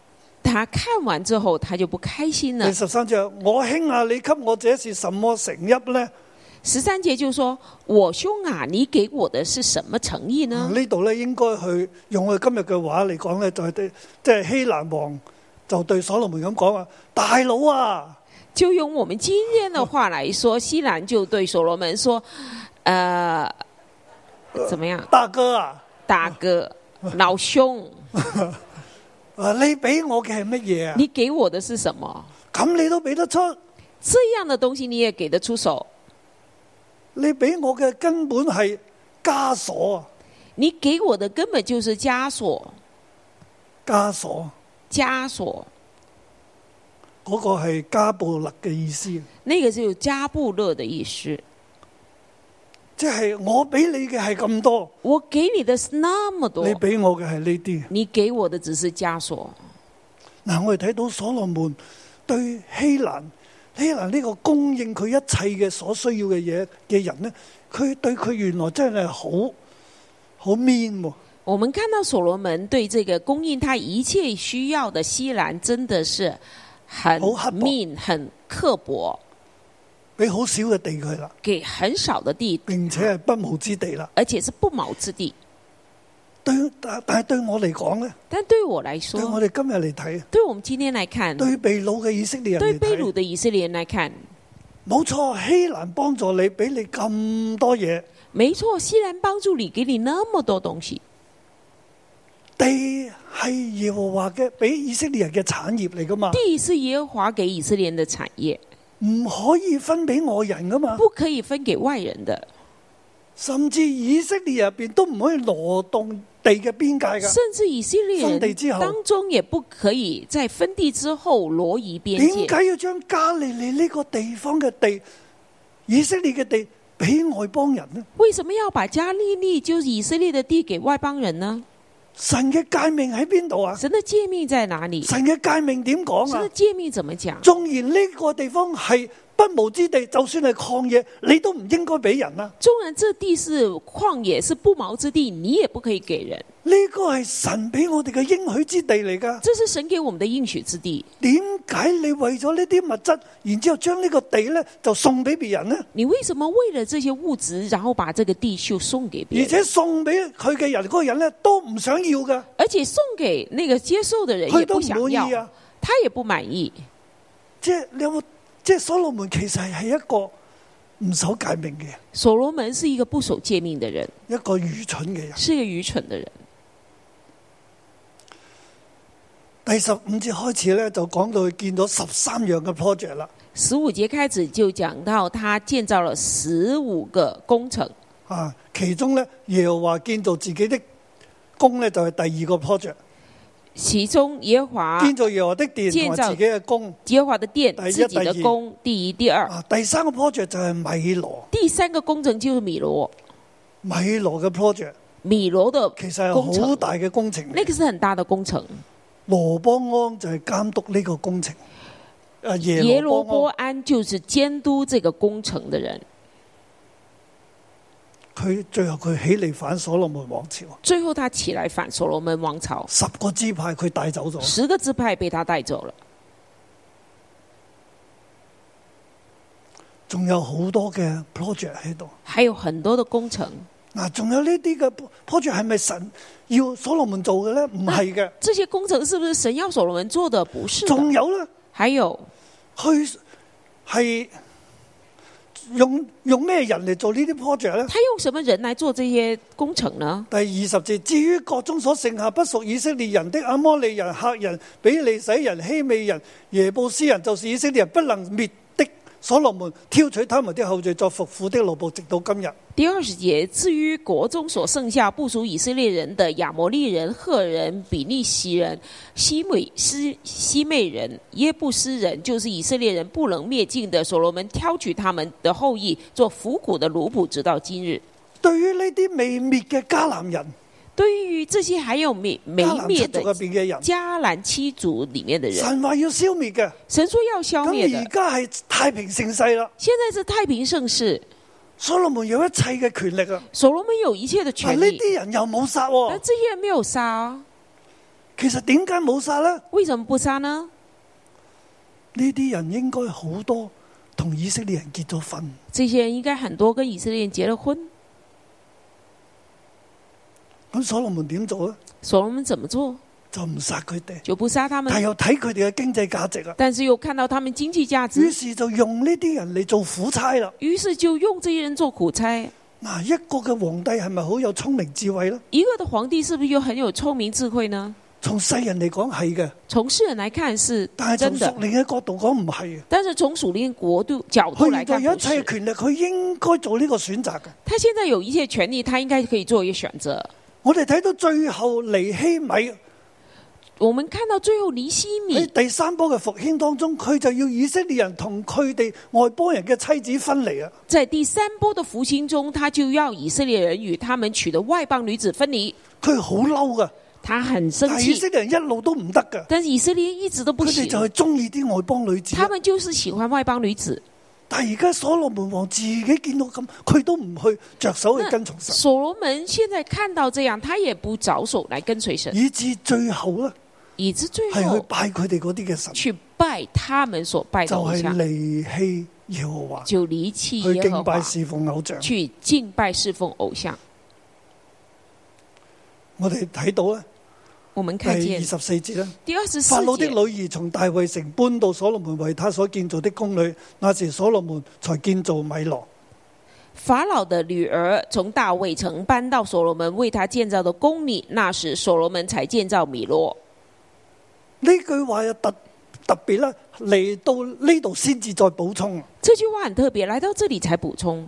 S3: 他看完之后他就不开心了
S2: 第。十三章，我兄啊，你給我這是什麼城邑呢？
S3: 十三节就说：“我兄啊，你给我的是什么诚意呢
S2: 呢度咧應該去用我哋今日嘅話嚟講咧，就係對即係希蘭王就對所羅門咁講啊，大佬啊，？”
S3: 就用我们今天的话来说，西兰就对所罗门说：“呃，怎么样，
S2: 大哥啊，
S3: 大哥，老兄，
S2: 啊你俾我嘅係乜嘢啊？
S3: 你给我的是什么？
S2: 咁你都俾得出？
S3: 这样的东西你也给得出手？
S2: 你俾我嘅根本係枷鎖啊，
S3: 你给我的根本就是枷锁，
S2: 枷鎖
S3: 枷锁，
S2: 嗰、個係加布勒嘅意思，
S3: 那个就是加布勒的意思。
S2: 即係我俾你嘅係咁多，
S3: 我给你的是那么多
S2: 你，俾我嘅係呢啲。
S3: 你给我的只是枷锁。
S2: 嗱，我哋睇到所羅門對希蘭，希蘭呢個供應佢一切嘅所需要嘅嘢嘅人呢，佢對佢原來真係好好 mean 喎。
S3: 我们看到所罗门对这个供应他一切需要的西兰，真的是很
S2: 好刻薄
S3: mean、很刻薄，
S2: 俾好少嘅地佢啦，
S3: 给很少的地，
S2: 並且係不毛之地啦。
S3: 而且是不毛之地。
S2: 對，但但係對我嚟講呢，
S3: 但对我来
S2: 對我
S3: 说，
S2: 哋今日嚟睇，啊
S3: 对我们今天来看，
S2: 對被掳嘅以色列
S3: 对
S2: 人嚟
S3: 被掳
S2: 睇，
S3: 的以色列人来看，
S2: 冇錯，希蘭幫助你，俾你咁多嘢，
S3: 没错，西兰帮助你，给你那么多东西，
S2: 地係耶和華嘅，俾以色列人嘅產業嚟噶嘛，
S3: 地是耶和华给以色列人的产业，
S2: 唔可以分俾外人噶嘛。
S3: 不可以分给外人的。
S2: 甚至以色列入边都唔可以挪動地嘅邊界㗎。
S3: 甚至以色列
S2: 分地
S3: 人
S2: 之后
S3: 当中也不可以在分地之后挪移边
S2: 點
S3: 界。
S2: 解要將加利利呢個地方嘅地，以色列嘅地俾外邦人呢？
S3: 为什么要把加利利，就是以色列的地给外邦人呢？
S2: 神嘅誡命喺邊度啊？
S3: 神的诫命在哪里？
S2: 神嘅誡命點講
S3: 神的
S2: 啊？
S3: 诫命怎么讲？
S2: 縱然呢個地方係不毛之地，就算係曠野，你都唔應該俾人啊！
S3: 纵然这地是旷野，是不毛之地，你也不可以给人。
S2: 呢、個係神俾我哋嘅應許之地嚟㗎。
S3: 这是神给我们的应许之地。
S2: 點解你為咗呢啲物質，然之后将呢個地呢就送俾別人呢？
S3: 你为什么为了这些物质，然后把这个地就送给别
S2: 而
S3: 人？
S2: 且送俾佢嘅人嗰個人呢，都唔想要㗎。
S3: 而且送给那个接受的人
S2: 佢
S3: 也
S2: 都
S3: 不
S2: 唔
S3: 想
S2: 滿
S3: 要
S2: 意啊，
S3: 他也不满意。
S2: 即係你有冇？即係所羅門其實係一個唔守戒命嘅人，
S3: 所罗门是一个不守诫命的人，
S2: 一個愚蠢嘅人。
S3: 是一个愚蠢的人。
S2: 第十五節開始咧，就講到佢見到十三樣嘅 project 啦。
S3: 十五节开始就讲到他建造了十五个工程，
S2: 啊，其中咧，耶和華建造自己的宮咧，就係第二個 project。
S3: 其中耶和华
S2: 建造耶和華的殿同
S3: 建造
S2: 埋自己嘅宮。
S3: 耶和华的殿
S2: 第一、
S3: 自己的
S2: 第二
S3: 宫，第一、第二。
S2: 啊，第三個 project 就係米羅，
S3: 第三个工程就是米罗，
S2: 米羅嘅 project
S3: 米罗的
S2: 其實
S3: 工
S2: 係好
S3: 程，
S2: 大嘅工程嚟。
S3: 那个是很大的工程。
S2: 羅邦安就係監督呢個工程。啊，
S3: 耶
S2: 耶
S3: 罗
S2: 羅
S3: 波
S2: 波安
S3: 安就是监督这个工程的人。
S2: 佢最後佢起嚟反所羅門王朝。
S3: 最后他起来反所罗门王朝，
S2: 十個支派佢帶走咗，
S3: 十个支派被他带走了，
S2: 仲有好多嘅 project 喺度。
S3: 还有很多的工程。
S2: 嗱，仲有呢啲嘅 project 係咪神要所羅門做嘅咧？唔係嘅。
S3: 这些工程是不是神要所罗门做的？不是
S2: 仲
S3: 的。
S2: 有咧，
S3: 还有
S2: 佢係用用咩人嚟做呢啲 project 咧？
S3: 他用什么人来做这些工程呢？
S2: 第二十節，至於國中所剩下不屬以色列人的阿摩利人、客人、比利洗人、希美人、耶布斯人，就是以色列人不能滅的所羅門，挑取他們的後裔作服苦的奴僕，直到今日。
S3: 第二十节，至于国中所剩下不属以色列人的亚摩利人、赫人、比利洗人、西美斯西妹人、耶布斯人，就是以色列人不能灭尽的，所罗门挑取他们的后裔做服苦的奴仆，直到今日。
S2: 對於呢啲未滅嘅迦南人。
S3: 对于这些还有没没
S2: 迦南七
S3: 灭
S2: 族入
S3: 的
S2: 边嘅人，
S3: 迦南七族里面的人，
S2: 神话要消灭嘅，
S3: 神说要消灭
S2: 咁
S3: 的
S2: 而，家系太平盛世啦，
S3: 现在是太平盛世，
S2: 所罗门有一切嘅权力啊，
S3: 所罗门有一切的
S2: 嗱
S3: 权嗯
S2: 呢
S3: 利，
S2: 啲人又冇杀喎，
S3: 但这些人没有杀啊，
S2: 其实点解冇杀呢？
S3: 为什么不杀呢？
S2: 呢啲人应该好多同以色列人結咗婚，
S3: 这些人应该很多跟以色列人结了婚。
S2: 咁所羅門點做咧？
S3: 所罗门怎么做？
S2: 就唔殺佢哋，
S3: 就不杀他们
S2: 但，又睇佢哋嘅經濟價值啊，
S3: 但是又看到他们经济价
S2: 於
S3: 值，
S2: 是就用呢啲人嚟做苦差啦。
S3: 于是就用这些人做苦差。
S2: 嗱，一個嘅皇帝係咪好有聰明智慧呢？
S3: 一个的皇帝是不是又很有聪明智慧呢？
S2: 從世人嚟講係嘅，
S3: 从世人来看是
S2: 但係
S3: 真
S2: 從屬，
S3: 的
S2: 靈嘅角度講唔係嘅。
S3: 但是从属灵国度角度
S2: 佢
S3: 来
S2: 現在
S3: 看
S2: 有一
S3: 不
S2: 切
S3: 是。
S2: 嘅權力，佢應該做呢個選擇嘅。
S3: 他现在有一切权利，他应该可以做一个选择。
S2: 我哋睇到最後尼希米喺
S3: 我们看到最后尼西米
S2: 第三波嘅復興當中，佢就要以色列人同佢哋外邦人嘅妻子分離啊！
S3: 在第三波的复兴中，他就要以色列人与他们娶的外邦女子分离，
S2: 佢好嬲噶，
S3: 他很生
S2: 但係以
S3: 气
S2: 色。列人一路都唔得噶，
S3: 但是以色列一直都不
S2: 佢哋
S3: 行
S2: 就，係中意啲外邦女子啊。
S3: 他们就是喜欢外邦女子。
S2: 但係而家所羅門王自己見到咁，佢都唔去着手去跟從神，
S3: 所罗门现在看到这样，他也不着手来跟随神，
S2: 以至最後咧
S3: 以致最
S2: 係去
S3: 后
S2: 拜佢哋嗰啲嘅神，
S3: 去拜他们所拜的
S2: 就
S3: 偶
S2: 係
S3: 像，
S2: 離棄耶和華，
S3: 就离弃
S2: 去
S3: 耶
S2: 敬
S3: 和
S2: 拜
S3: 华，
S2: 侍奉偶像。
S3: 去敬拜侍奉偶像。
S2: 我哋睇到咧
S3: 我们看
S2: 第二
S3: 见
S2: 十四節咧。
S3: 第二十四
S2: 哎法老的
S3: 节
S2: 女，兒從大衛城搬到所羅門為他所建造的宮裏，那時所羅門才建造米羅。
S3: 法老的女儿从大卫城搬到所罗门为他建造的宫里，那时所罗门才建造米罗。
S2: 呢句話又特特別啦，嚟到呢度先至再補充。
S3: 这句话很特别，来到这里才补充。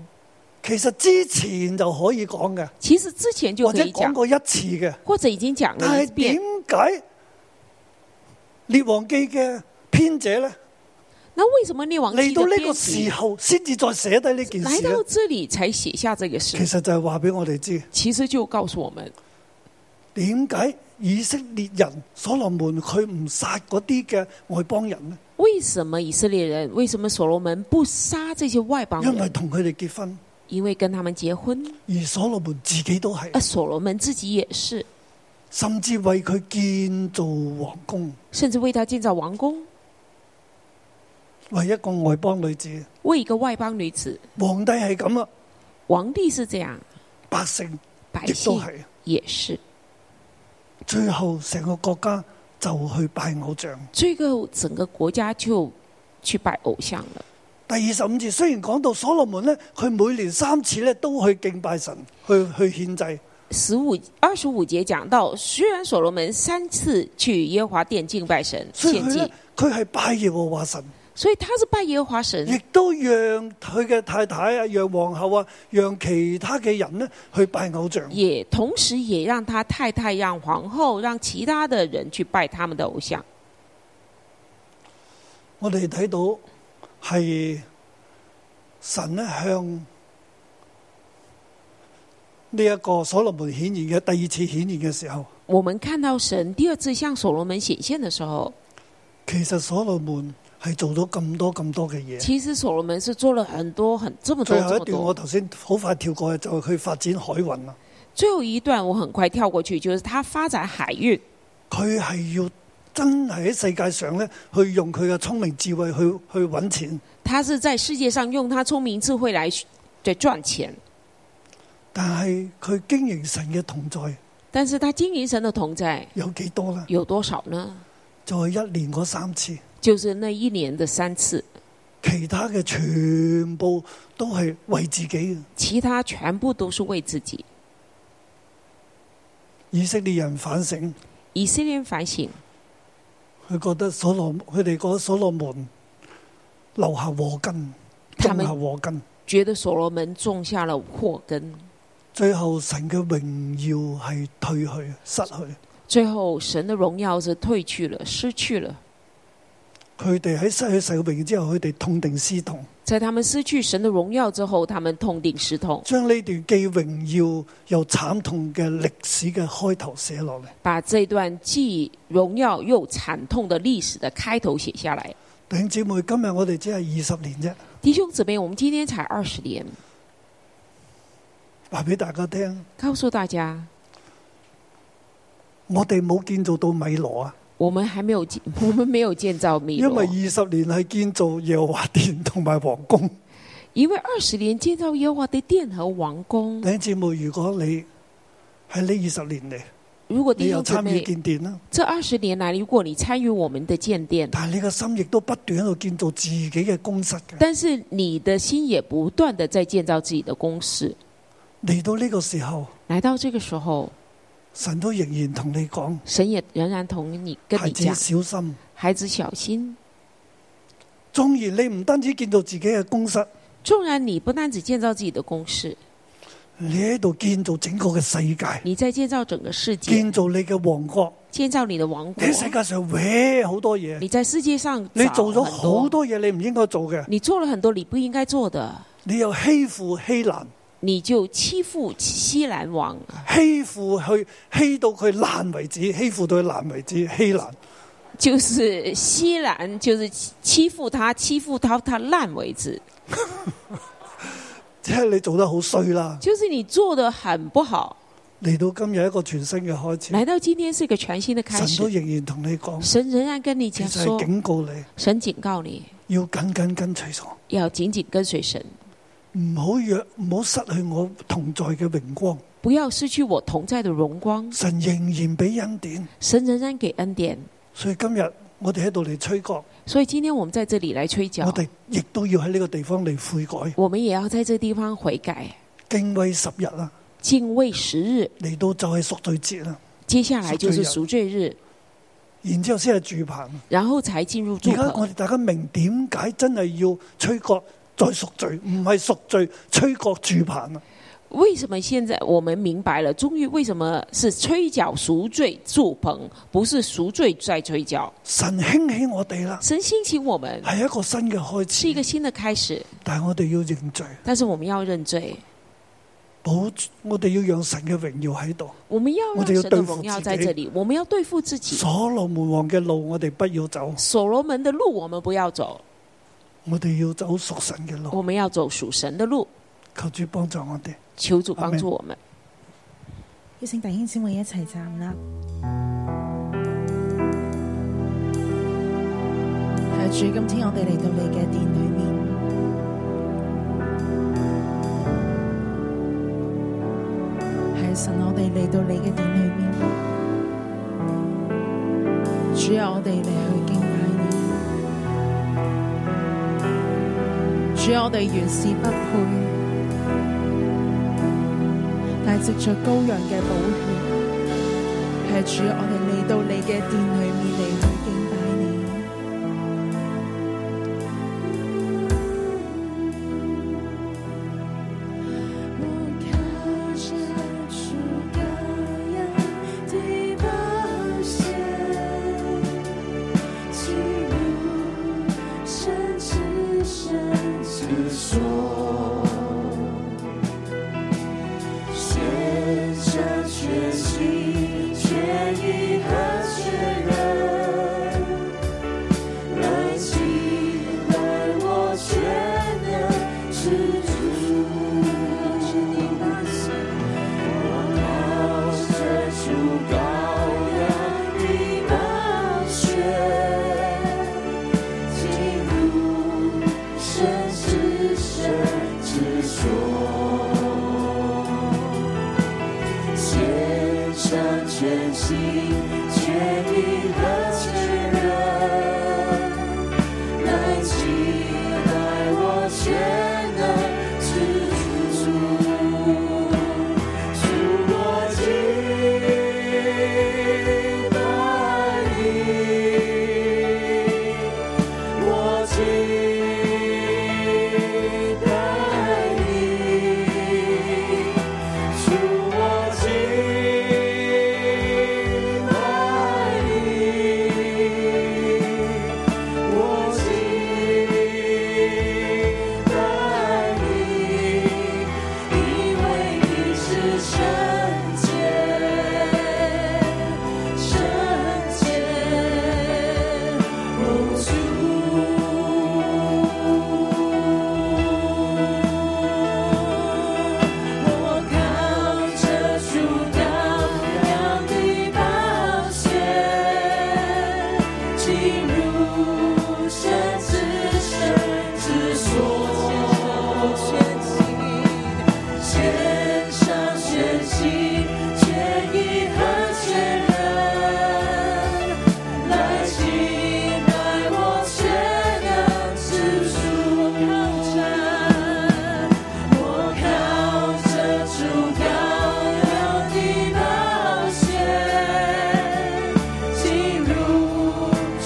S2: 其實之前就可以講嘅，
S3: 其实之前就
S2: 或
S3: 可
S2: 者
S3: 以
S2: 講
S3: 讲，
S2: 過一次嘅，
S3: 或者已经讲
S2: 但
S3: 了一
S2: 係
S3: 遍
S2: 點。解列王記嘅編者呢？
S3: 那为什么列王
S2: 嚟
S3: 记的
S2: 到呢個
S3: 编辑
S2: 時候先至再寫低呢件
S3: 来
S2: 事呢
S3: 到？这里才写下这个事
S2: 其？實就係話俾我哋知，
S3: 其实就告诉我们，
S2: 點解以色列人所羅門佢唔殺嗰啲嘅外邦人呢？
S3: 为什么以色列人，为什么所罗门不杀这些外邦
S2: 因為
S3: 人？
S2: 同佢哋結婚，
S3: 因为跟他们结婚，
S2: 而所羅門自己都
S3: 而
S2: 係，
S3: 所罗门自己也是，
S2: 甚至為佢建造皇宮，
S3: 甚至为他建造王宫，
S2: 為一個外邦女子。
S3: 为一个外邦女子。
S2: 皇帝係咁啊，
S3: 皇帝是这样，
S2: 百姓
S3: 百
S2: 亦都
S3: 姓
S2: 係。
S3: 也是。
S2: 最後成個國家就去拜偶像。
S3: 这个整个国家就去拜偶像了。
S2: 第二十五節雖然講到所羅門呢，佢每年三次咧都去敬拜神，去去獻祭，
S3: 十五二十五节讲到，虽然所罗门三次去耶和华殿敬拜神
S2: 所以
S3: 献
S2: 佢
S3: 祭
S2: 呢，，佢係拜耶和華神，
S3: 所以他是拜耶和华神，
S2: 亦都讓佢嘅太太啊、讓皇后啊、讓其他嘅人呢去拜偶像。
S3: 也同时也让他太太、让皇后、让其他的人去拜他们的偶像。
S2: 我哋睇到係神咧向呢一個所羅門顯現嘅第二次顯現嘅時候，
S3: 我们看到神第二次向所罗门显现的时候，
S2: 其實所羅門係做咗咁多咁多嘅嘢。
S3: 其实所罗门是做了很多很这么多
S2: 最
S3: 这
S2: 後
S3: 么
S2: 一段我
S3: 多。
S2: 頭先好快跳過去，就係佢發展海啊運啦。
S3: 最后一段我很快跳过去，就是他发展海运，
S2: 佢係要真係喺世界上咧，去用佢嘅聰明智慧去去揾錢。
S3: 他是在世界上用他聪明智慧来对赚钱，
S2: 但係佢經營神嘅同在
S3: 但是他经营神的同在
S2: 有幾多呢？
S3: 有多少呢？
S2: 就係一年嗰三次。
S3: 就是那一年的三次，
S2: 其他嘅全部都係為自己嘅。
S3: 其他全部都是为自己。
S2: 以色列人反省，
S3: 以色列人反省，
S2: 佢覺得所羅，佢哋覺得所羅門留下禍根，
S3: 他
S2: 種
S3: 們
S2: 下禍根，
S3: 觉得所罗门种下了祸根，
S2: 最後神嘅榮耀係退去、失去。
S3: 最后神的荣耀是退去了，失去了。
S2: 佢哋喺失去神嘅榮耀之後，佢哋痛定思痛，
S3: 在他们失去神的荣耀之后，他们痛定思痛，
S2: 將呢段既榮耀又慘痛嘅歷史嘅開頭寫落嚟。
S3: 把这段既荣耀又惨痛的历史的开头写下来。
S2: 弟兄姊妹，今日我哋只係二十年啫，
S3: 弟兄姊妹，我们今天才二十年，
S2: 話俾大家聽，
S3: 告诉大家，
S2: 我哋冇建造到米羅啊，
S3: 我们还没有建， (laughs) 我们没有建造米
S2: 因
S3: 罗
S2: 為，二十年係建造耶和華殿同埋皇宮。
S3: 因为二十年建造耶和华的殿和王宫
S2: 弟。兄姊妹，如果你喺呢二十年嚟，
S3: 如果
S2: 你
S3: 弟
S2: 又
S3: 兄姊
S2: 參與
S3: 妹，
S2: 建殿啦，
S3: 这二十年来，如果你参与我们的建殿，
S2: 但係你個心亦都不斷喺度建造自己嘅宮室嘅。
S3: 但是你的心也不断的在建造自己的公式。
S2: 嚟到呢個時候，
S3: 来到这个时候，
S2: 神都仍然同你講：
S3: 神也仍然同你跟
S2: 孩
S3: 你
S2: 子
S3: 讲，
S2: 小心。
S3: 孩子小心。
S2: 縱然你唔單止建造自己嘅宮室，
S3: 纵然你不但只建造自己的公式，
S2: 你喺度建造整個嘅世界，
S3: 你在建造整个世界，
S2: 建造你嘅王國。
S3: 建造你的王国
S2: 你。喺世界上搲好多嘢，
S3: 你在世界上
S2: 你
S3: 找
S2: 做咗
S3: 很多
S2: 好多嘢你唔應該做嘅，
S3: 你做了很多你不应该做的，
S2: 你又欺負欺難，
S3: 你就欺負西兰王，
S2: 欺負佢欺到佢爛為止，欺負到佢爛為止，欺難。
S3: 就是西兰，就是欺欺負他，欺負到他烂为止。
S2: 即係你做得好衰啦。
S3: 就是你做的很不好。
S2: 嚟到今日一個全新嘅開始，
S3: 来到今天是一个全新的开
S2: 神都
S3: 始，
S2: 仍然同你講，
S3: 神仍然跟你
S2: 其
S3: 讲
S2: 實
S3: 说
S2: 係，警告你
S3: 神警告你
S2: 要緊緊跟隨我，
S3: 要紧紧跟随神，
S2: 唔好若唔好失去我同在嘅榮光。
S3: 不要失去我同在的荣光。
S2: 神仍然俾恩典，
S3: 神仍然给恩典，
S2: 所以今日我哋喺度嚟吹角，
S3: 所以今天我们在这里来吹角
S2: 我，哋亦都要喺呢個地方嚟悔改，
S3: 我们也要在这地方悔改，
S2: 敬畏十日啦。
S3: 敬畏十日。
S2: 嚟到就係贖罪節啦，
S3: 接下来就是赎罪日，
S2: 然之後先係住棚。
S3: 然后才进入
S2: 而
S3: 祝
S2: 家我
S3: 棚。
S2: 哋大家明點解真係要吹角再贖罪，唔係贖罪吹角住棚啊！
S3: 为什么现在我们明白了？终于为什么是吹角赎罪祝棚，不是赎罪再吹角？
S2: 神興起我哋啦，
S3: 神兴起我们
S2: 係一個新嘅
S3: 是一
S2: 開
S3: 个
S2: 始，
S3: 新的开始，
S2: 但係我哋要認罪，
S3: 但是我们要认罪，
S2: 保我哋要讓神嘅榮耀喺度。
S3: 我们要
S2: 我
S3: 让
S2: 哋要
S3: 神的
S2: 对付
S3: 荣耀
S2: 自
S3: 在
S2: 己
S3: 这里，我们要对付自己。
S2: 所羅門王嘅路我哋不要走，
S3: 所罗门的路我们不要走，
S2: 我哋要走屬神嘅路。
S3: 我们要走属神的路。
S2: 求主幫助我哋。
S3: 求主帮助我们。
S4: 邀請弟兄姊妹一齊站立，係主，今天我哋嚟到你嘅殿裏面，係神，我哋嚟到你嘅殿裏面，主啊，我哋嚟去敬拜你，主啊，我哋原是不配。但係藉着羔羊嘅寶血，係主，我哋嚟到你嘅殿裏面嚟去敬拜你。我看见主羔羊的寶血，進入深至深之所。献上全心、全意和全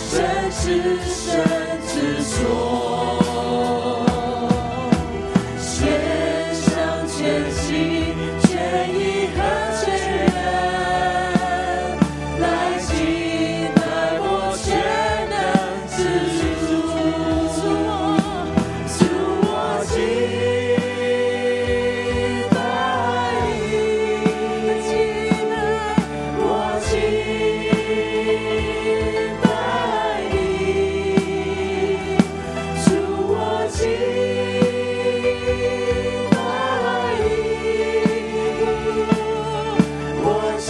S5: 至深至说，全上全心全意和全人，来敬拜我全能之主，主我敬拜你，敬拜我敬拜你，主我敬拜你，我敬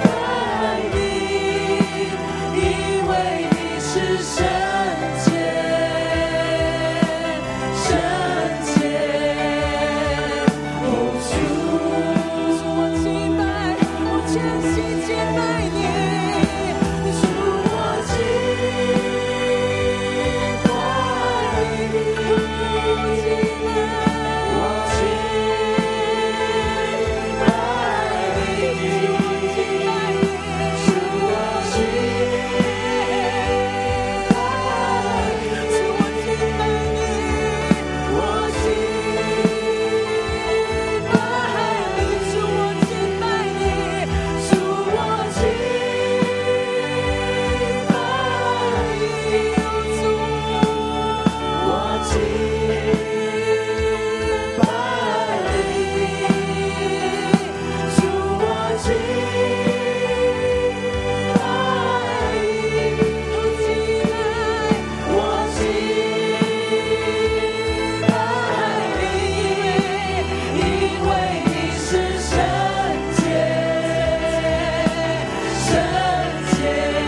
S5: 拜你，因为你是圣洁，圣洁。哦，主，我敬拜，我全心敬拜你，主我敬拜你，我敬拜，我敬拜你，主我敬拜，主我敬拜你，我敬。我敬拜你，主我敬拜你，主我敬拜你，主我敬拜你，主我敬拜你，我敬拜。敬拜你，因为你是圣洁，圣洁。哦，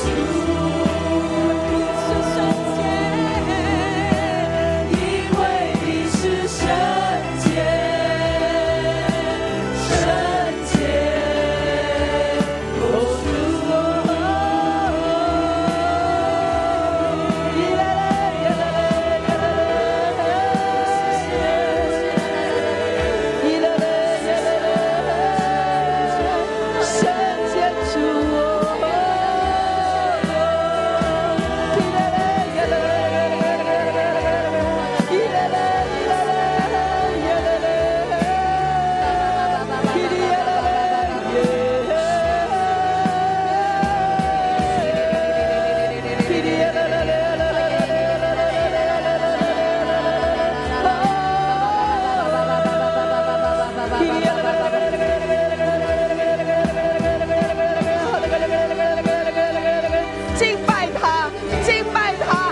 S5: 主，你是圣洁，因为你是圣洁，圣洁。哦，主，耶耶圣洁主，
S6: 敬拜他，敬拜他，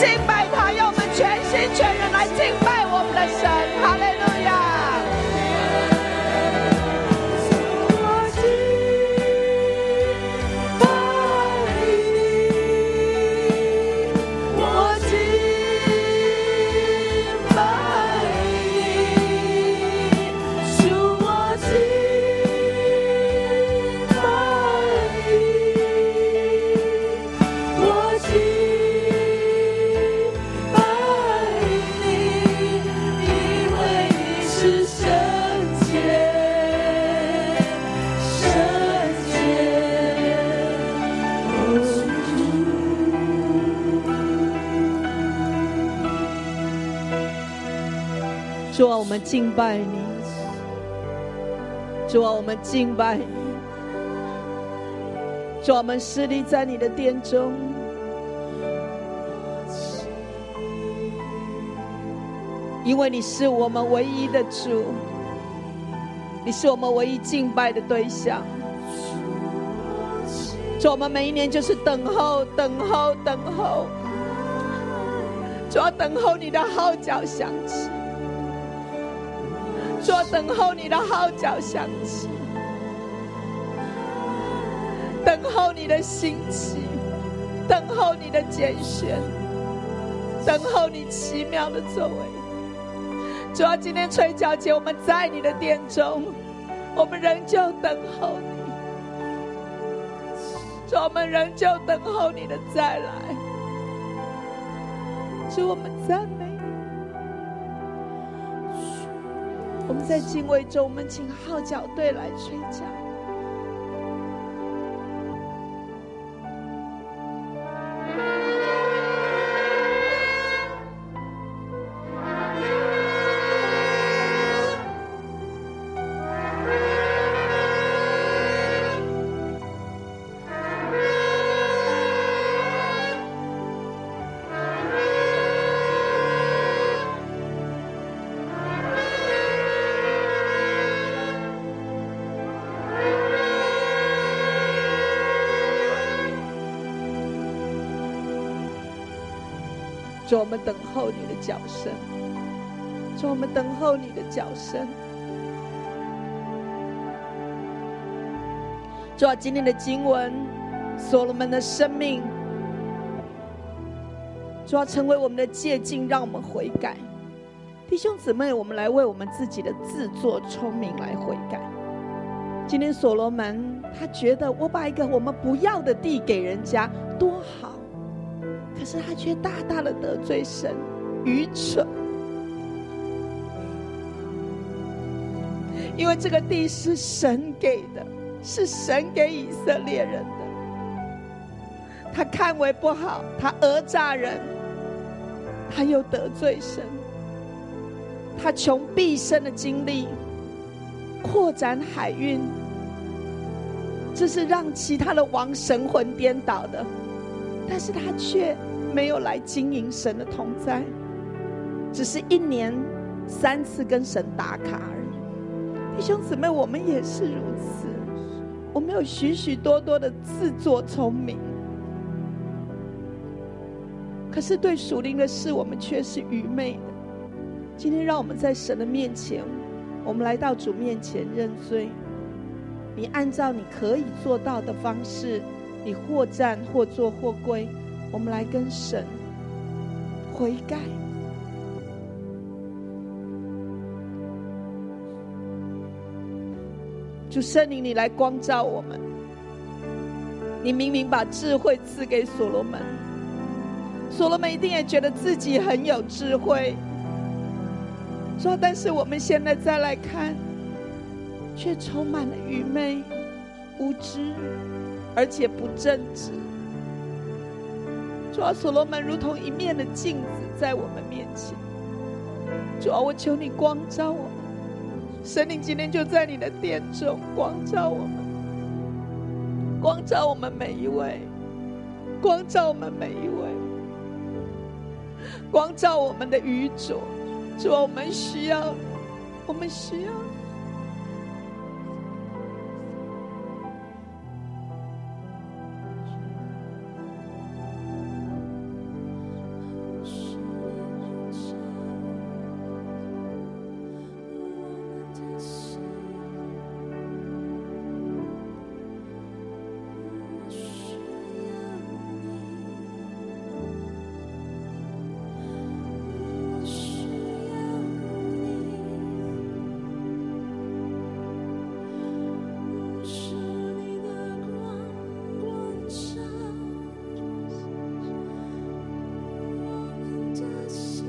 S6: 敬拜他，让我们全心全人来敬拜我们的神，哈利路亚。
S5: 我敬拜你，我敬拜你，主我敬拜你，我敬拜你，因为你是圣洁，圣洁。
S7: 主啊，我们敬拜你。主啊，我们敬拜你。主啊，我们势立在你的殿中。因为你是我们唯一的主，你是我们唯一敬拜的对象。主啊，我们每一年就是等候，等候，等候。主要等候你的号角响起。主啊，等候你的号角响起，等候你的兴起，等候你的拣选，等候你奇妙的作为。主啊，今天吹角节，我们在你的殿中，我们仍旧等候你。主啊，我们仍旧等候你的再来。主，我们赞美你。我们在敬畏中，我们请号角队来吹角。
S5: 主，我们等候你的脚声。主，我们等候你的脚声。主啊，今天的经文，所罗门的生命，主要成为我们的借鉴，让我们悔改。弟兄姊妹，我们来为我们自己的自作聪明来悔改。今天所罗门他觉得我把一个我们不要的地给人家多好，可是他却大大的得罪神，愚蠢。因为这个地是神给的，是神给以色列人的。他看为不好，他讹诈人，他又得罪神。他穷毕生的精力扩展海运，这是让其他的王神魂颠倒的，但是他却没有来经营神的同在，只是一年三次跟神打卡而已。弟兄姊妹，我们也是如此，我们有许许多多的自作聪明，可是对属灵的事，我们却是愚昧的。今天让我们在神的面前，我们来到主面前认罪。你按照你可以做到的方式，你或站或坐或跪，我们来跟神悔改。主圣灵，你来光照我们。你明明把智慧赐给所罗门，所罗门一定也觉得自己很有智慧，说，但是我们现在再来看，却充满了愚昧、无知，而且不正直。主啊，所罗门如同一面的镜子在我们面前。主啊，我求你光照我们，神灵今天就在你的殿中光照我们，光照我们每一位，光照我们每一位，光照我们的愚拙。主啊，我们需要你，我们需要你。
S3: 是你的光光照，我们的心。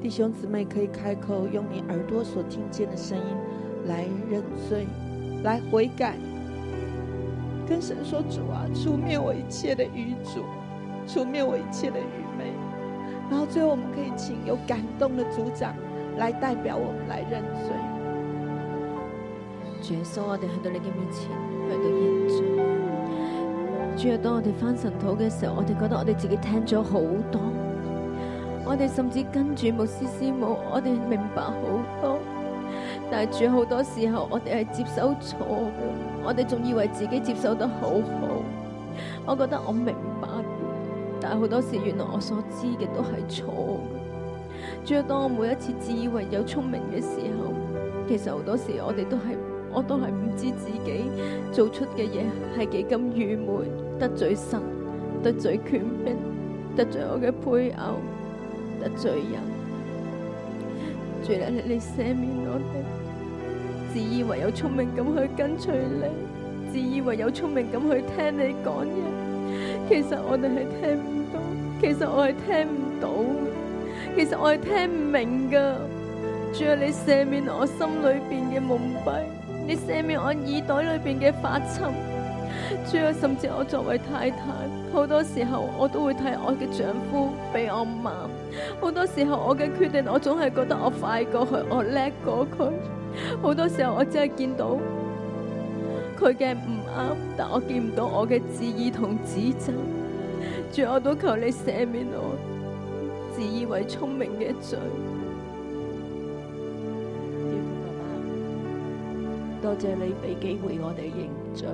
S5: 弟兄姊妹可以开口，用你耳朵所听见的声音来认罪，来悔改，跟神说：“主啊，除灭我一切的愚拙，除灭我一切的愚昧。”然后最后我们可以请有感动的组长来代表我们来认罪。
S8: 主耶穌，我哋去到你嘅面前，去到認罪。主啊，當我哋翻神土嘅時候，我哋覺得我哋自己聽咗好多，我哋甚至跟住牧師師母，我哋明白好多。但係主好多時候，我哋係接收錯嘅，我哋仲以為自己接收得好好。我覺得我明白，但係好多時原來我所知嘅都係錯嘅。主啊，當我每一次自以為有聰明嘅時候，其實好多時我哋都係，我都係唔知自己做出嘅嘢係幾咁愚昧，得罪神，得罪權柄，得罪我嘅配偶，得罪人。主啊，你你赦免我哋，自以為有聰明咁去跟隨你，自以為有聰明咁去聽你講嘢，其實我哋係聽唔到，其實我係聽唔到嘅，其實我係聽唔明噶。主啊，你赦免我心里边嘅蒙蔽，你赦免我耳袋里边嘅发沉。主啊，甚至我作为太太，好多时候我都会睇我嘅丈夫比我慢，好多时候我嘅决定，我总系觉得我快过佢，我叻过佢。好多时候我只系见到
S9: 佢嘅唔啱，但我見唔到我嘅旨意同指責。主，
S8: 啊
S9: 我都求你赦免我自以為聰明嘅罪。
S8: 天父阿爸，多謝你俾機會我哋認罪。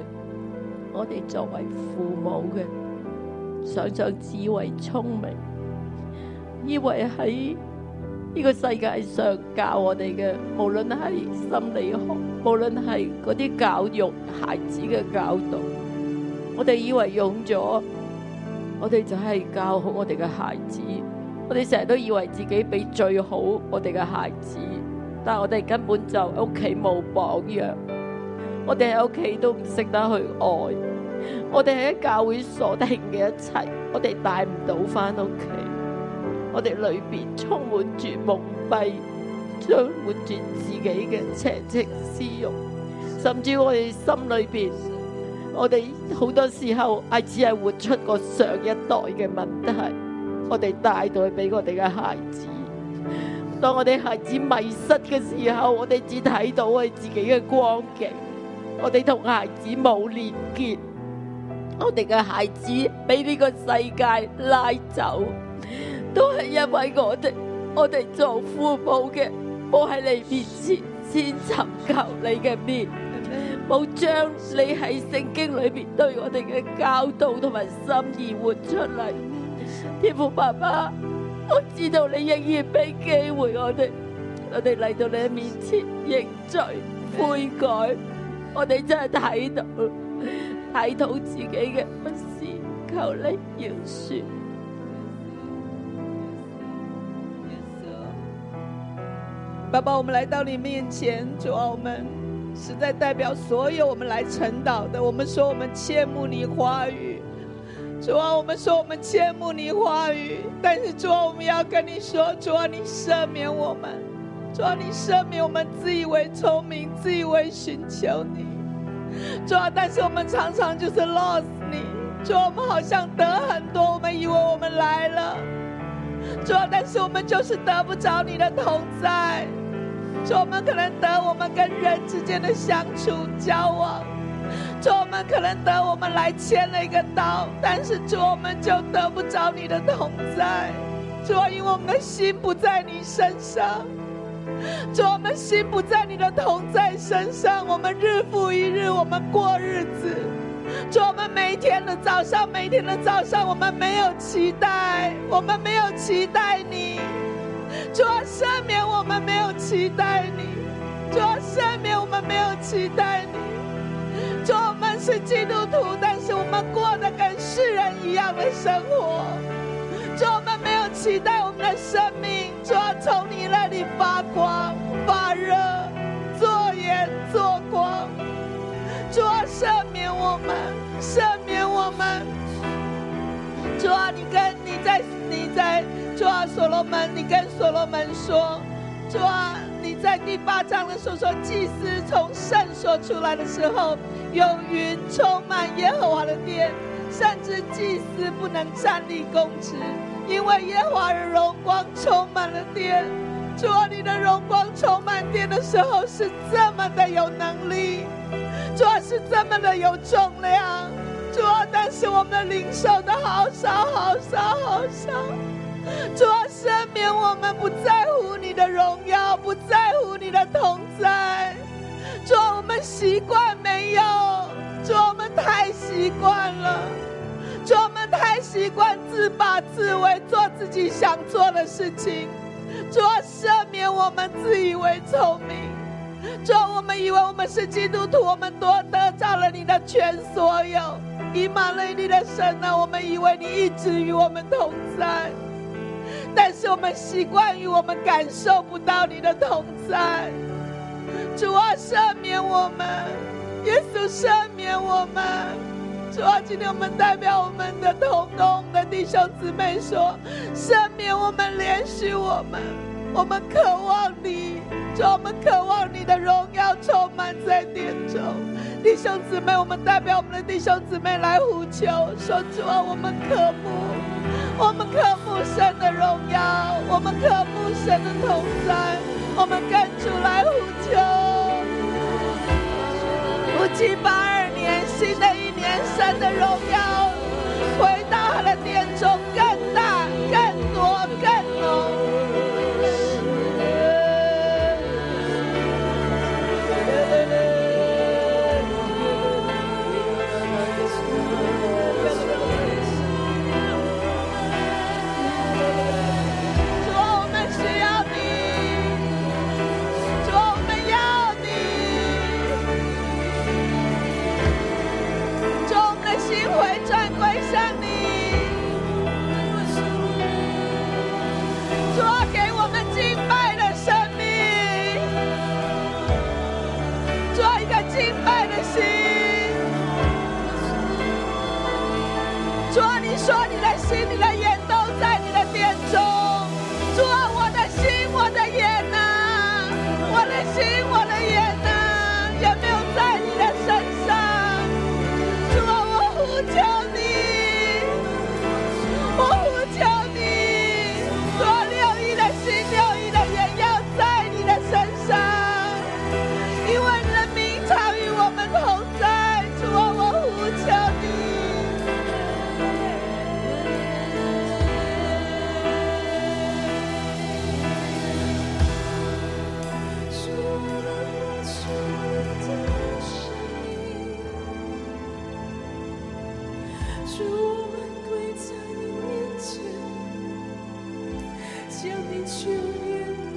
S8: 我哋作為父母嘅，常常自以為聰明，以為喺呢個世界上教我哋嘅，無論係心理學，無論係嗰啲教育孩子嘅教導，我哋以為用咗，我哋就係教好我哋嘅孩子。我哋成日都以為自己俾最好我哋嘅孩子。但系我哋根本就屋企冇榜樣，我哋喺屋企都唔識得去愛，我哋喺教會所定嘅一切，我哋帶唔到翻屋企，我哋裏边充滿住蒙蔽，充滿住自己嘅邪情私欲，甚至我哋心裏边，我哋好多時候係只係活出個上一代嘅問題，我哋帶到去俾我哋嘅孩子。当我哋孩子迷失嘅时候，我哋只睇到我哋自己嘅光景，我哋同孩子冇连结，我哋嘅孩子俾呢个世界拉走，都系因为我哋，我哋做父母嘅冇喺你面前先寻求你嘅面，冇将你喺圣经里边对我哋嘅教导同埋心意活出嚟，天父爸爸。我知道你仍然俾機會我哋，我哋嚟到你嘅面前認罪悔改，我哋真係睇到睇到自己嘅不是，求你饒恕。
S5: 爸爸，我们来到你面前，主啊，我们实在代表所有我们来晨祷的，我们说我们切慕你话语，主啊，我们说我们切慕你话语，但是主啊，我们要跟你说，主啊，你赦免我们，主啊，你赦免我们自以为聪明，自以为寻求你，主啊，但是我们常常就是 lost 你，主啊，我们好像得很多，我们以为我们来了，主啊，但是我们就是得不着你的同在。主，啊我们可能得我们跟人之间的相处交往，主，啊我们可能得我们来签了一个刀，但是主，啊我们就得不着你的同在。主，啊因为我们的心不在你身上，主，啊我们心不在你的同在身上，我们日复一日，我们过日子。主，我们每一天的早上，每一天的早上，我们没有期待，我们没有期待你。主啊，赦免我们没有期待你，主啊，赦免我们没有期待你。主啊，我们是基督徒，但是我们过得跟世人一样的生活。主啊，我们没有期待我们的生命，主啊，从你那里发光发热，做盐做光。主啊，赦免我们，赦免我们。主啊，你跟你在你在主啊，所罗门，你跟所罗门说，主啊，你在第八章的时候说，祭司从圣所出来的时候，有云充满耶和华的殿，甚至祭司不能站立公职，因为耶和华的荣光充满了殿。主啊，你的荣光充满殿的时候是这么的有能力，主啊是这么的有重量。主啊，但是我们的灵受的好少，好少，好少。主啊，赦免我们不在乎你的荣耀，不在乎你的同在。主啊，我们习惯没有，主啊，我们太习惯了，主啊，我们太习惯自把自为，做自己想做的事情。主啊，赦免我们自以为聪明。主啊，我们以为我们是基督徒，我们多得到了你的全所有。以马内利的神啊呢、我们以为你一直与我们同在。但是我们习惯于我们感受不到你的同在。主啊，赦免我们，耶稣赦免我们。主啊，今天我们代表我们的同工、我们的弟兄姊妹说，赦免我们，怜恤我们。我们渴望你，主啊，我们渴望你的荣耀充满在殿中。弟兄姊妹，我们代表我们的弟兄姊妹来呼求，说主啊，我们渴慕。我们渴慕神的荣耀，我们渴慕神的同在，我们跟主来呼求。五七八二年，新的一年，神的荣耀回到他的殿中，更大、更多、更浓。主啊，我们需要你，主啊，我们要你，主啊，我们的心回转归向你，主啊，给我们敬拜的生命，主啊，一个敬拜的心。主啊，你说你的心、你的眼都在你的殿中。主啊，我的心、我的眼呐、我的心、我的眼呐、有没有在你的身上？主啊，我呼求你，我呼求你，主啊，六一的心、六一的眼要在你的身上，因为你的名常与我们同在。主啊，我呼求你。
S10: 除了主的心，主我们跪在你面前，向你求怜悯。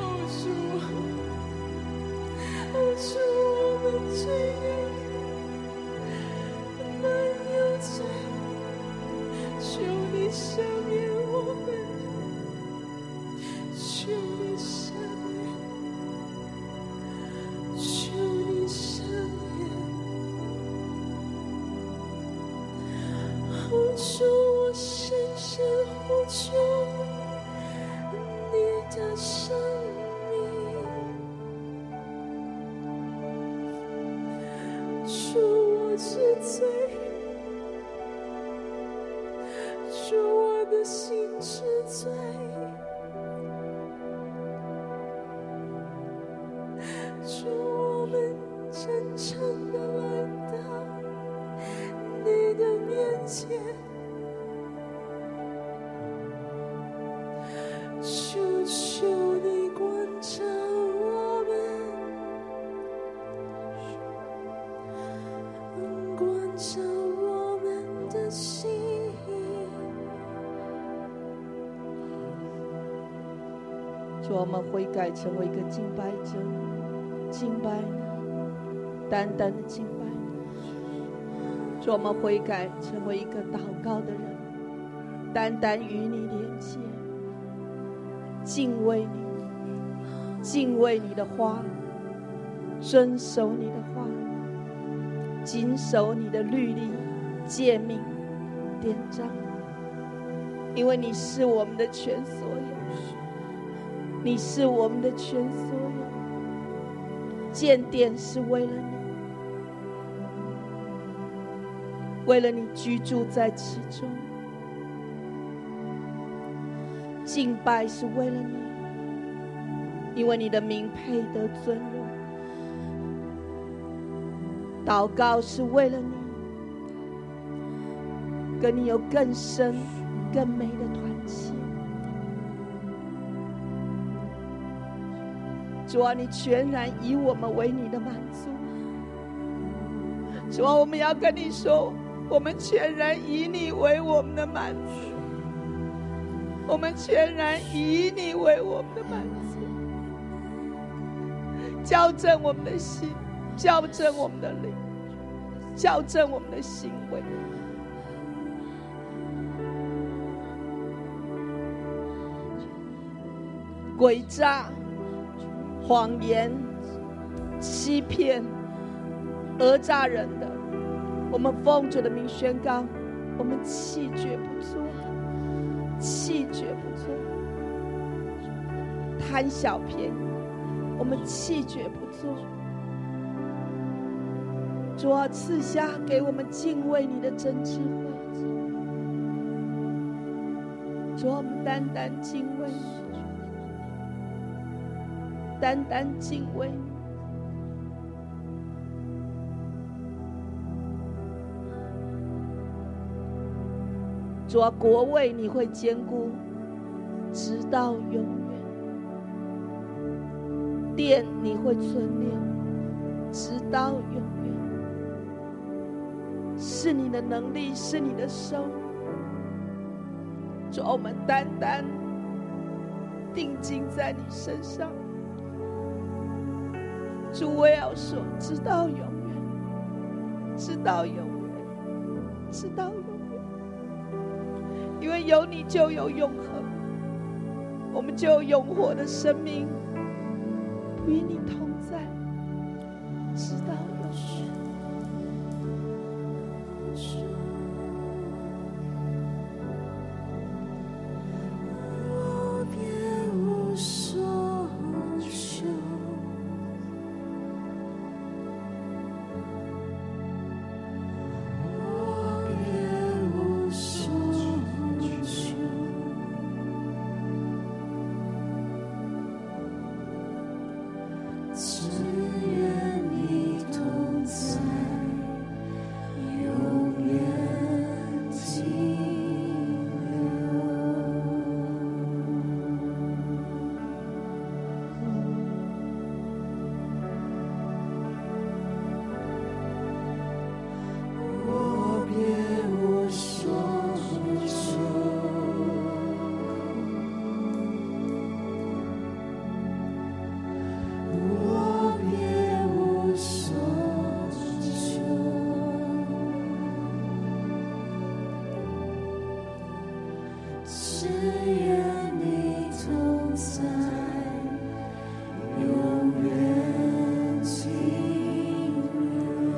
S10: 哦主，哦主，我们罪孽满有罪，求你赦免我们。求你赦免，求你赦免。哦，主，我深深呼求你的生命，主，我知罪，主，我的心知罪。主，我们真诚的来到你的面前，求求你关照我们，关照我们的心。
S5: 主，我们悔改成为一个敬拜者，敬拜你单单的敬拜你。主，我们悔改成为一个祷告的人，单单与你连接，敬畏你，敬畏你的话，遵守你的话，谨守你的律例、诫命、典章，因为你是我们的全所有。你是我们的全所有，建殿是为了你，为了你居住在其中，敬拜是为了你，因为你的名配得尊荣，祷告是为了你，跟你有更深、更美的团契。主啊，你全然以我们为你的满足。主啊，我们要跟你说，我们全然以你为我们的满足，我们全然以你为我们的满足。校正我们的心，校正我们的灵，校正我们的行为。诡诈。谎言、欺骗、讹诈人的，我们奉主的名宣告，我们弃绝不做，弃绝不做；贪小便宜，我们弃绝不做。主啊，赐下给我们敬畏你的真智慧。主啊，我们单单敬畏你。单单敬畏你，主啊，国位你会兼顾，直到永远；殿你会存留，直到永远。是你的能力，是你的手。主啊，我们单单定睛在你身上。主，我要说，直到永远，直到永远，直到永远。因为有你就有永恒，我们就有永活的生命，与你同在，直到永远。
S10: 我别无所求，我别无所求，只愿你同在，永远停留。我别无所求，我别无所求，只愿你同在，永远停留。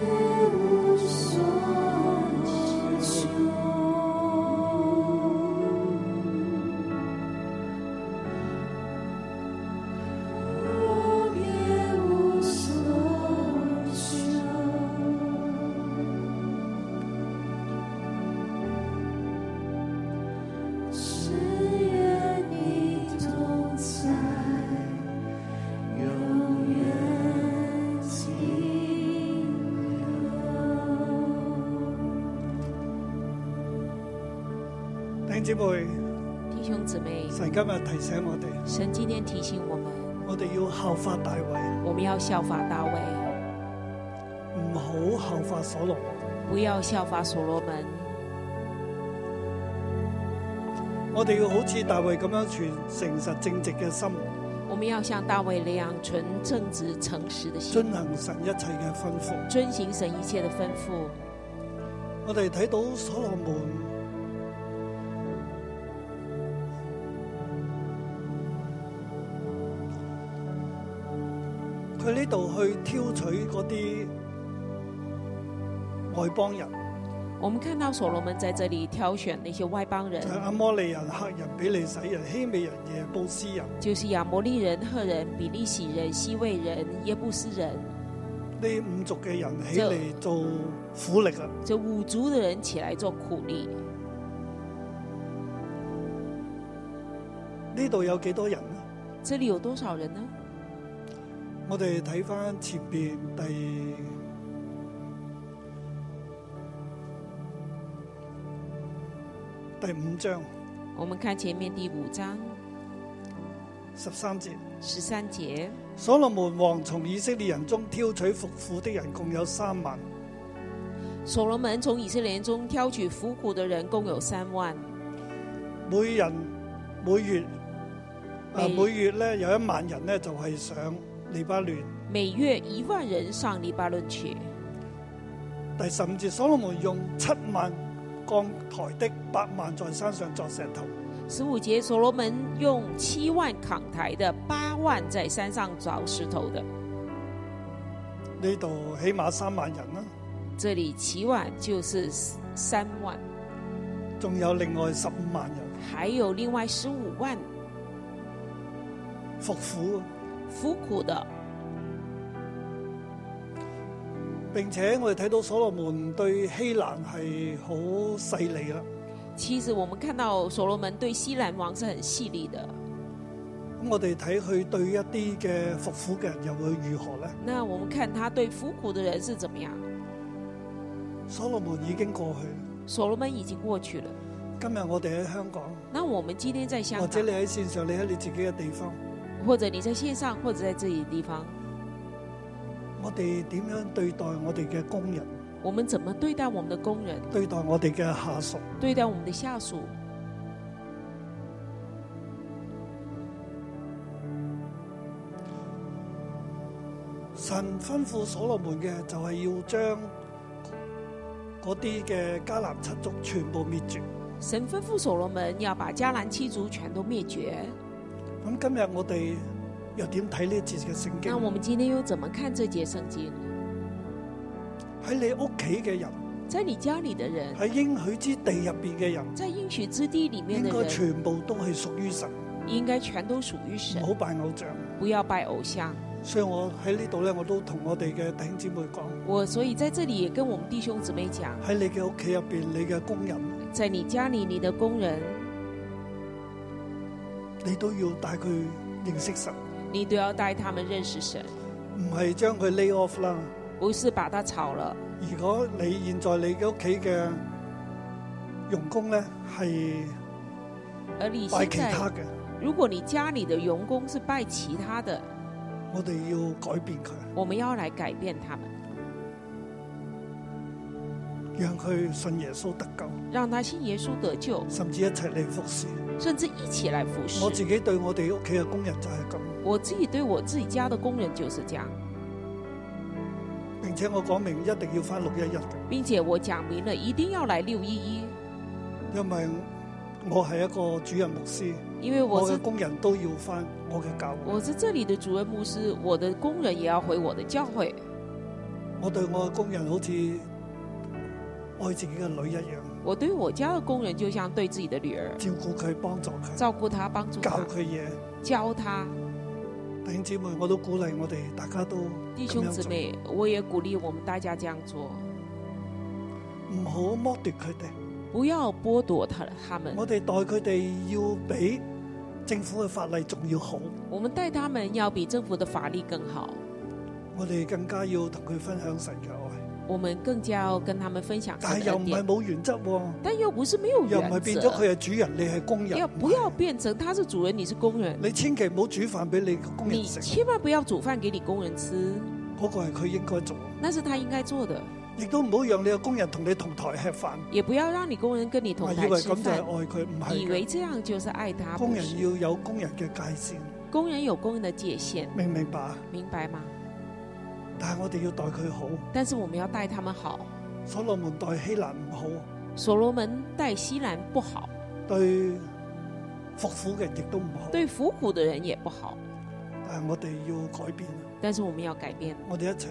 S10: 别无所求，我别无所求，只愿你同在。永远停留。
S2: 弟兄姊妹，
S3: 弟兄姊妹，
S2: 神今日提醒我哋，
S3: 神今天提醒我们，
S2: 我哋要效法大衛，
S3: 我们要效法大卫，
S2: 唔好效法所羅門。
S3: 不要效法所罗门。
S2: 我哋要好似大衛咁樣存誠實正直嘅心，
S3: 我们要像大卫那样存正直诚实的心
S2: 遵，行神一切嘅吩咐。
S3: 遵行神一切的吩咐。
S2: 我哋睇到所羅門佢呢度去挑取嗰啲外邦人，
S3: 我们看到所罗门在这里挑选那些外邦人
S2: 就係、，阿摩利人、黑人、比利洗人、希美人、耶布斯人，
S3: 就是亚摩利人、赫人、比利洗人、西魏人、耶布斯人，
S2: 呢五族嘅人起
S3: 就
S2: 嚟做苦力啊！
S3: 这五族的人起来做苦力。
S2: 呢度有幾多人呢？
S3: 这里有多少人呢？
S2: 我哋睇翻前邊第第五章
S3: 我们看前面第五章
S2: 十三節，
S3: 十三节，
S2: 所羅門王從以色列人中挑取服苦的人共有三萬，
S3: 所罗门从以色列人中挑取服苦的人共有三万，
S2: 每人每月啊
S3: 每
S2: 每月咧有一萬人咧就係上黎巴嫩。
S3: 每月一万人上黎巴嫩去。
S2: 第十五節，所羅門用七萬鋼台的八萬在山上作石頭。
S3: 十五节，所罗门用七万扛抬的，八万在山上找石头的。
S2: 呢度起碼三萬人啦，
S3: 这里起晚就是三万，
S2: 仲有另外十五萬人
S3: 还有另外十五万
S2: 服苦。
S3: 服苦的，
S2: 並且我哋睇到所羅門對希蘭係好勢利啦，
S3: 其实我们看到所罗门对西兰王是很细腻的。
S2: 咁我哋睇佢對一啲嘅服苦嘅人又會如何呢？
S3: 那我们看他对服苦的人是怎么样？
S2: 所羅門已經過去，
S3: 所罗门已经过去了。
S2: 今日我哋喺香港，
S3: 那我们今天在香
S2: 或者你
S3: 港，
S2: 喺線上，你喺你自己嘅地方，
S3: 或者你在线上，或者在这里的地方，
S2: 我哋點樣對待我哋嘅工人，
S3: 我们怎么对待我们的工人，
S2: 對待我哋嘅下屬？
S3: 对待我们的下属？
S2: 神吩咐所羅門嘅就係要將嗰啲嘅迦南七族全部滅絕。
S3: 神吩咐所罗门要把迦南七族全都灭绝。
S2: 咁今日我哋又點睇呢一節嘅聖經
S3: 那？我们今天又怎么看这节圣经？
S2: 喺你屋企嘅人，
S3: 在你家里的人，
S2: 喺應許之地入邊嘅人，
S3: 在应许之地里面
S2: 應
S3: 的
S2: 該
S3: 人，
S2: 全部都係屬於神，
S3: 应该全都属于
S2: 唔
S3: 神，
S2: 好拜偶像。
S3: 不要拜偶像。
S2: 所以我喺呢度咧，我都同我哋嘅弟兄姊妹講：
S3: 我所以在这里也跟我们弟兄姊妹讲，
S2: 喺你嘅屋企入邊，你嘅工人，
S3: 在你家里，你的工人，
S2: 你都要帶佢認識神，
S3: 你都要带他们认识神，
S2: 唔係將佢 lay off 啦。
S3: 不是把他炒了。
S2: 如果你現在你嘅屋企嘅用工咧係
S3: 而你
S2: 拜
S3: 现
S2: 其
S3: 在，
S2: 他嘅，
S3: 如果你家里的员工是拜其他的，
S2: 我哋要改變佢，
S3: 我们要来改变他们，
S2: 讓佢信耶穌得救，
S3: 让他信耶稣得救，
S2: 甚至一齊嚟服侍。
S3: 甚至一起来服侍。
S2: 我自己對我哋屋企嘅工人就係咁，
S3: 我自己对我自己家的工人就是这样，
S2: 並且我講明一定要翻六一日嘅，
S3: 并且我讲明了一定要来六一一，
S2: 因為我係一個主任牧師，
S3: 因为我
S2: 我
S3: 是
S2: 嘅工人都要翻我嘅教會。
S3: 我是这里的主任牧师，我的工人也要回我的教会。
S2: 我對我嘅工人好似愛自己嘅女一樣，
S3: 我对我家的工人就像对自己的女儿，
S2: 照顧佢、幫助佢、
S3: 照顾她，帮助
S2: 教
S3: 她，
S2: 佢嘢。
S3: 教她。
S2: 弟兄姊妹，我都鼓勵我哋大家都
S3: 弟
S2: 咁
S3: 兄
S2: 樣
S3: 姊
S2: 做，
S3: 妹，我也鼓励我们大家这样做，
S2: 唔好剝奪佢哋。
S3: 不要剥夺他他们。
S2: 我哋待佢哋要比政府嘅法例仲要好，
S3: 我们带他们要比政府的法律更好，
S2: 我哋更加要同佢分享神嘅愛。
S3: 我们更加要跟他们分享
S2: 但
S3: 神
S2: 係
S3: 的
S2: 又
S3: 恩
S2: 唔係
S3: 典。
S2: 冇原則喎，
S3: 但又不是没有
S2: 又唔係
S3: 原
S2: 變咗
S3: 则，
S2: 佢係主人，你係工人。
S3: 要不要变成他是主人，你是工人？
S2: 你千祈唔好煮飯俾你嘅工人
S3: 你
S2: 食，
S3: 千万不要煮饭给你工人吃，
S2: 嗰個係佢應該做。
S3: 那是他应该做的。
S2: 亦都唔好讓你嘅工人同你同台吃飯，
S3: 也不要让你工人跟你同
S2: 以
S3: 台
S2: 為
S3: 吃
S2: 啊咁就係
S3: 饭，
S2: 愛佢，唔係
S3: 以
S2: 嘅
S3: 为这样就是爱他。
S2: 工
S3: 不
S2: 人
S3: 是
S2: 要有工人嘅界線，
S3: 工人有工人的界限，
S2: 明唔明白啊？
S3: 明白吗？
S2: 但係我哋要待佢好。
S3: 但是我们要待他们好。
S2: 所羅門待希蘭唔好，
S3: 所罗門待西兰不好，
S2: 對服苦嘅人亦都唔好。
S3: 对服苦的人也不好。
S2: 但係我哋要改變，
S3: 但是我们要改变，
S2: 我哋一齊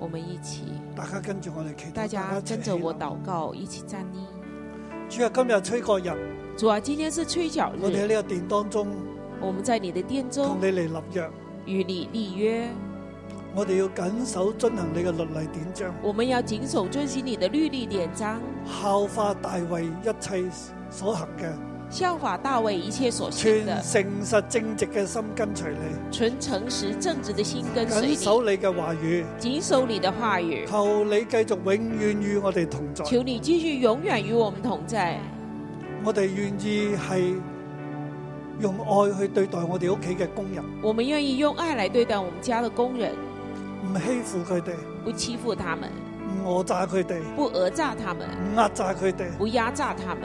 S3: 我们一起，
S2: 大家跟住我哋祈禱，
S3: 大家
S2: 一齊
S3: 跟
S2: 起
S3: 着我
S2: 立
S3: 祷告，一起站立。
S2: 主啊，今日吹角日，
S3: 主啊，今天是吹角
S2: 我哋喺
S3: 日，
S2: 呢個殿當中
S3: 我们在你的殿
S2: 同
S3: 中
S2: 你嚟立約，
S3: 与你立约，
S2: 我哋要緊守遵行你嘅律例典章，
S3: 我们要谨守遵行你的律例典章，
S2: 效法大衛一切所行嘅。
S3: 效法大卫一切所行
S2: 全
S3: 的，
S2: 誠實正直嘅心跟隨你，
S3: 存诚实正直的心跟随
S2: 緊守
S3: 你，
S2: 你嘅話語，
S3: 谨守你的话语。
S2: 求你繼續永遠與我哋同在。
S3: 求你继续永远与我们同在。
S2: 我哋願意係用愛去對待我哋屋企嘅工人，
S3: 我们愿意用爱来对待我们家的工人，
S2: 唔欺負佢哋，
S3: 不欺负他们，
S2: 唔讹詐佢哋，
S3: 不讹诈他们，
S2: 唔壓榨佢哋。
S3: 不压榨他们。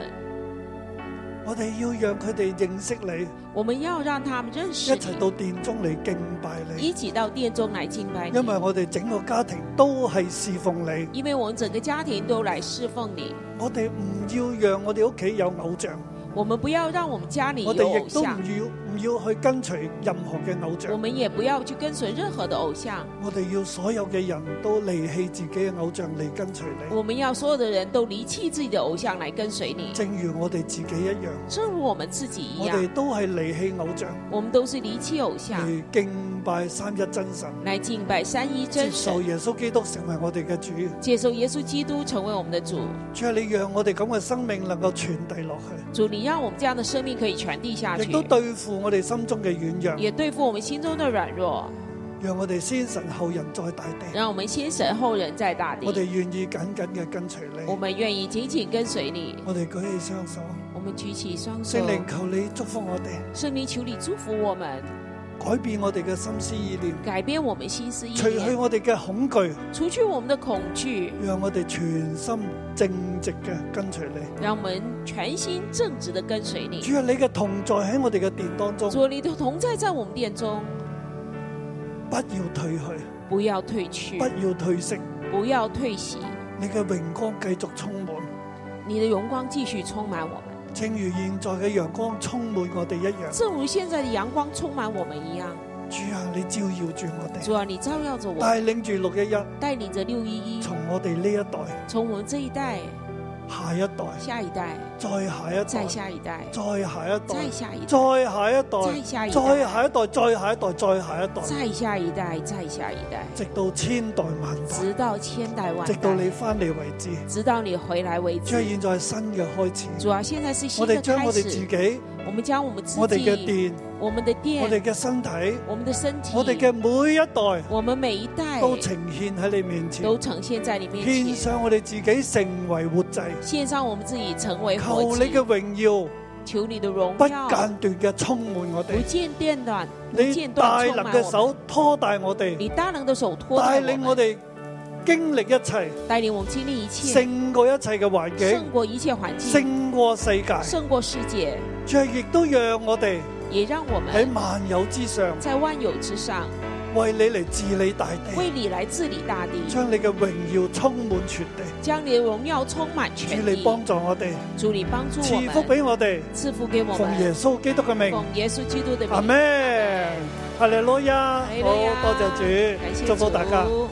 S2: 我哋要讓佢哋認識你，
S3: 我们要让他们认
S2: 一
S3: 识
S2: 齊
S3: 你，
S2: 到殿中嚟敬拜你。
S3: 一起到殿中来敬拜你
S2: 因。為我哋整個家庭都係侍奉你，
S3: 因为我们整个家庭都来侍奉你，
S2: 我哋唔要讓我哋屋企有偶像，
S3: 我们不要让我们家里
S2: 我
S3: 有
S2: 哋
S3: 偶
S2: 亦都
S3: 像，
S2: 唔要唔要去跟隨任何嘅偶
S3: 我
S2: 像，
S3: 们也不要去跟随任何的偶像，
S2: 我哋要所有嘅人都離棄自己嘅偶像嚟跟隨你，
S3: 我们要所有的人都离弃自己的偶像来跟随你，
S2: 正如我哋自己一樣，
S3: 正如我们自己一
S2: 我
S3: 样，
S2: 哋都係離棄偶像
S3: 我们都是离弃偶像
S2: 嚟敬拜三一真神，
S3: 来敬拜三一
S2: 接
S3: 真
S2: 受
S3: 神，
S2: 耶穌基督成為我哋嘅主。
S3: 接受耶稣基督成为我们的主。
S2: 主啊，你讓我哋咁嘅生命能夠傳遞落去，
S3: 主，你让我们这样的生命可以传递下去
S2: 亦，都對付我哋心中嘅軟弱，
S3: 也对付我们心中的软弱，
S2: 讓我哋先神後人在大地。
S3: 让我们先神后人在大
S2: 我哋
S3: 地。
S2: 願意緊緊嘅跟隨
S3: 我
S2: 你，
S3: 们愿意紧紧跟随你，
S2: 我哋舉起雙手，
S3: 我们举起双手
S2: 聖，靈求你祝福我哋，
S3: 圣灵求你祝福我们，
S2: 改變我哋嘅心思意念，
S3: 改变我们心思意
S2: 除去
S3: 念，
S2: 我哋嘅恐懼，
S3: 除去我们的恐惧，
S2: 讓我哋全心正直嘅跟隨你。
S3: 让我们全心正直的跟随你。
S2: 主啊，你嘅同在喺我哋嘅殿當中，
S3: 主，你的同在在我们殿中，
S2: 不要退去，
S3: 不要退去
S2: 不，要退色，
S3: 不要退席，
S2: 你嘅榮光繼續充滿，
S3: 你的荣光继续充满我们，
S2: 正如現在嘅陽光充滿我哋一樣。
S3: 正如现在的阳光充满我们一样。
S2: 主啊，你照耀住我
S3: 主
S2: 哋，
S3: 啊，你照耀着我们，
S2: 帶領住六一一，
S3: 带领着六一一，
S2: 從我哋呢一代、
S3: 从我们这一代、
S2: 下一代、
S3: 下一代、
S2: 再下一
S3: 再
S2: 代、
S3: 下一代、
S2: 再下一
S3: 再
S2: 代、
S3: 下一
S2: 再
S3: 代、
S2: 下一代、
S3: 再下一代
S2: 再下一代、再下一代、再下一代，
S3: 再下一代、再下一代，
S2: 直到千代萬代，
S3: 直到千代万
S2: 直到你
S3: 代，
S2: 翻嚟為止。
S3: 直到你回来为
S2: 主啊，
S3: 止。
S2: 現在係新嘅開始，
S3: 主啊，现在是新
S2: 我
S3: 的
S2: 哋將
S3: 开
S2: 我哋自
S3: 始，
S2: 己、
S3: 我们将我们自
S2: 我哋嘅
S3: 己、
S2: 殿、
S3: 我们的
S2: 我哋
S3: 殿、
S2: 嘅身體、
S3: 我们的身体，
S2: 我哋嘅每一代
S3: 我们每一代
S2: 都呈現喺你面前
S3: 都，呈现在你面
S2: 獻
S3: 前，
S2: 上我哋自己成為活祭，
S3: 献上我们自己成为活
S2: 求你
S3: 祭
S2: 嘅，榮耀。
S3: 求你的荣
S2: 不
S3: 耀
S2: 間斷嘅充滿我
S3: 不
S2: 哋，
S3: 间断、不
S2: 你
S3: 间
S2: 大
S3: 断充
S2: 能
S3: 满
S2: 嘅
S3: 我
S2: 手
S3: 们。
S2: 拖帶我哋，
S3: 你大能的手托
S2: 帶
S3: 带
S2: 領
S3: 我
S2: 我
S3: 们，
S2: 哋經歷一切，
S3: 带领我们经历一切，
S2: 勝過一切嘅環
S3: 胜
S2: 境，
S3: 过一切环境，
S2: 勝過世界。
S3: 胜过世界，
S2: 主亦都讓我哋
S3: 也让我
S2: 喺
S3: 们
S2: 萬有之上，
S3: 在万有之上，
S2: 為你嚟治理大地，
S3: 为你来治理大地，
S2: 將你嘅榮耀充滿全地。
S3: 将你的荣耀充满全
S2: 主
S3: 地
S2: 你。幫助我哋，
S3: 主你帮助我
S2: 賜福
S3: 们，
S2: 俾我哋，
S3: 赐福给我
S2: 奉耶
S3: 们，
S2: 穌基督嘅名，
S3: 奉耶稣基督的
S2: 阿
S3: 名。
S2: 咩？哈利路亞，
S3: 哈
S2: 好
S3: 利路亞
S2: 多謝
S3: 感谢
S2: 主，祝福大家。
S3: 主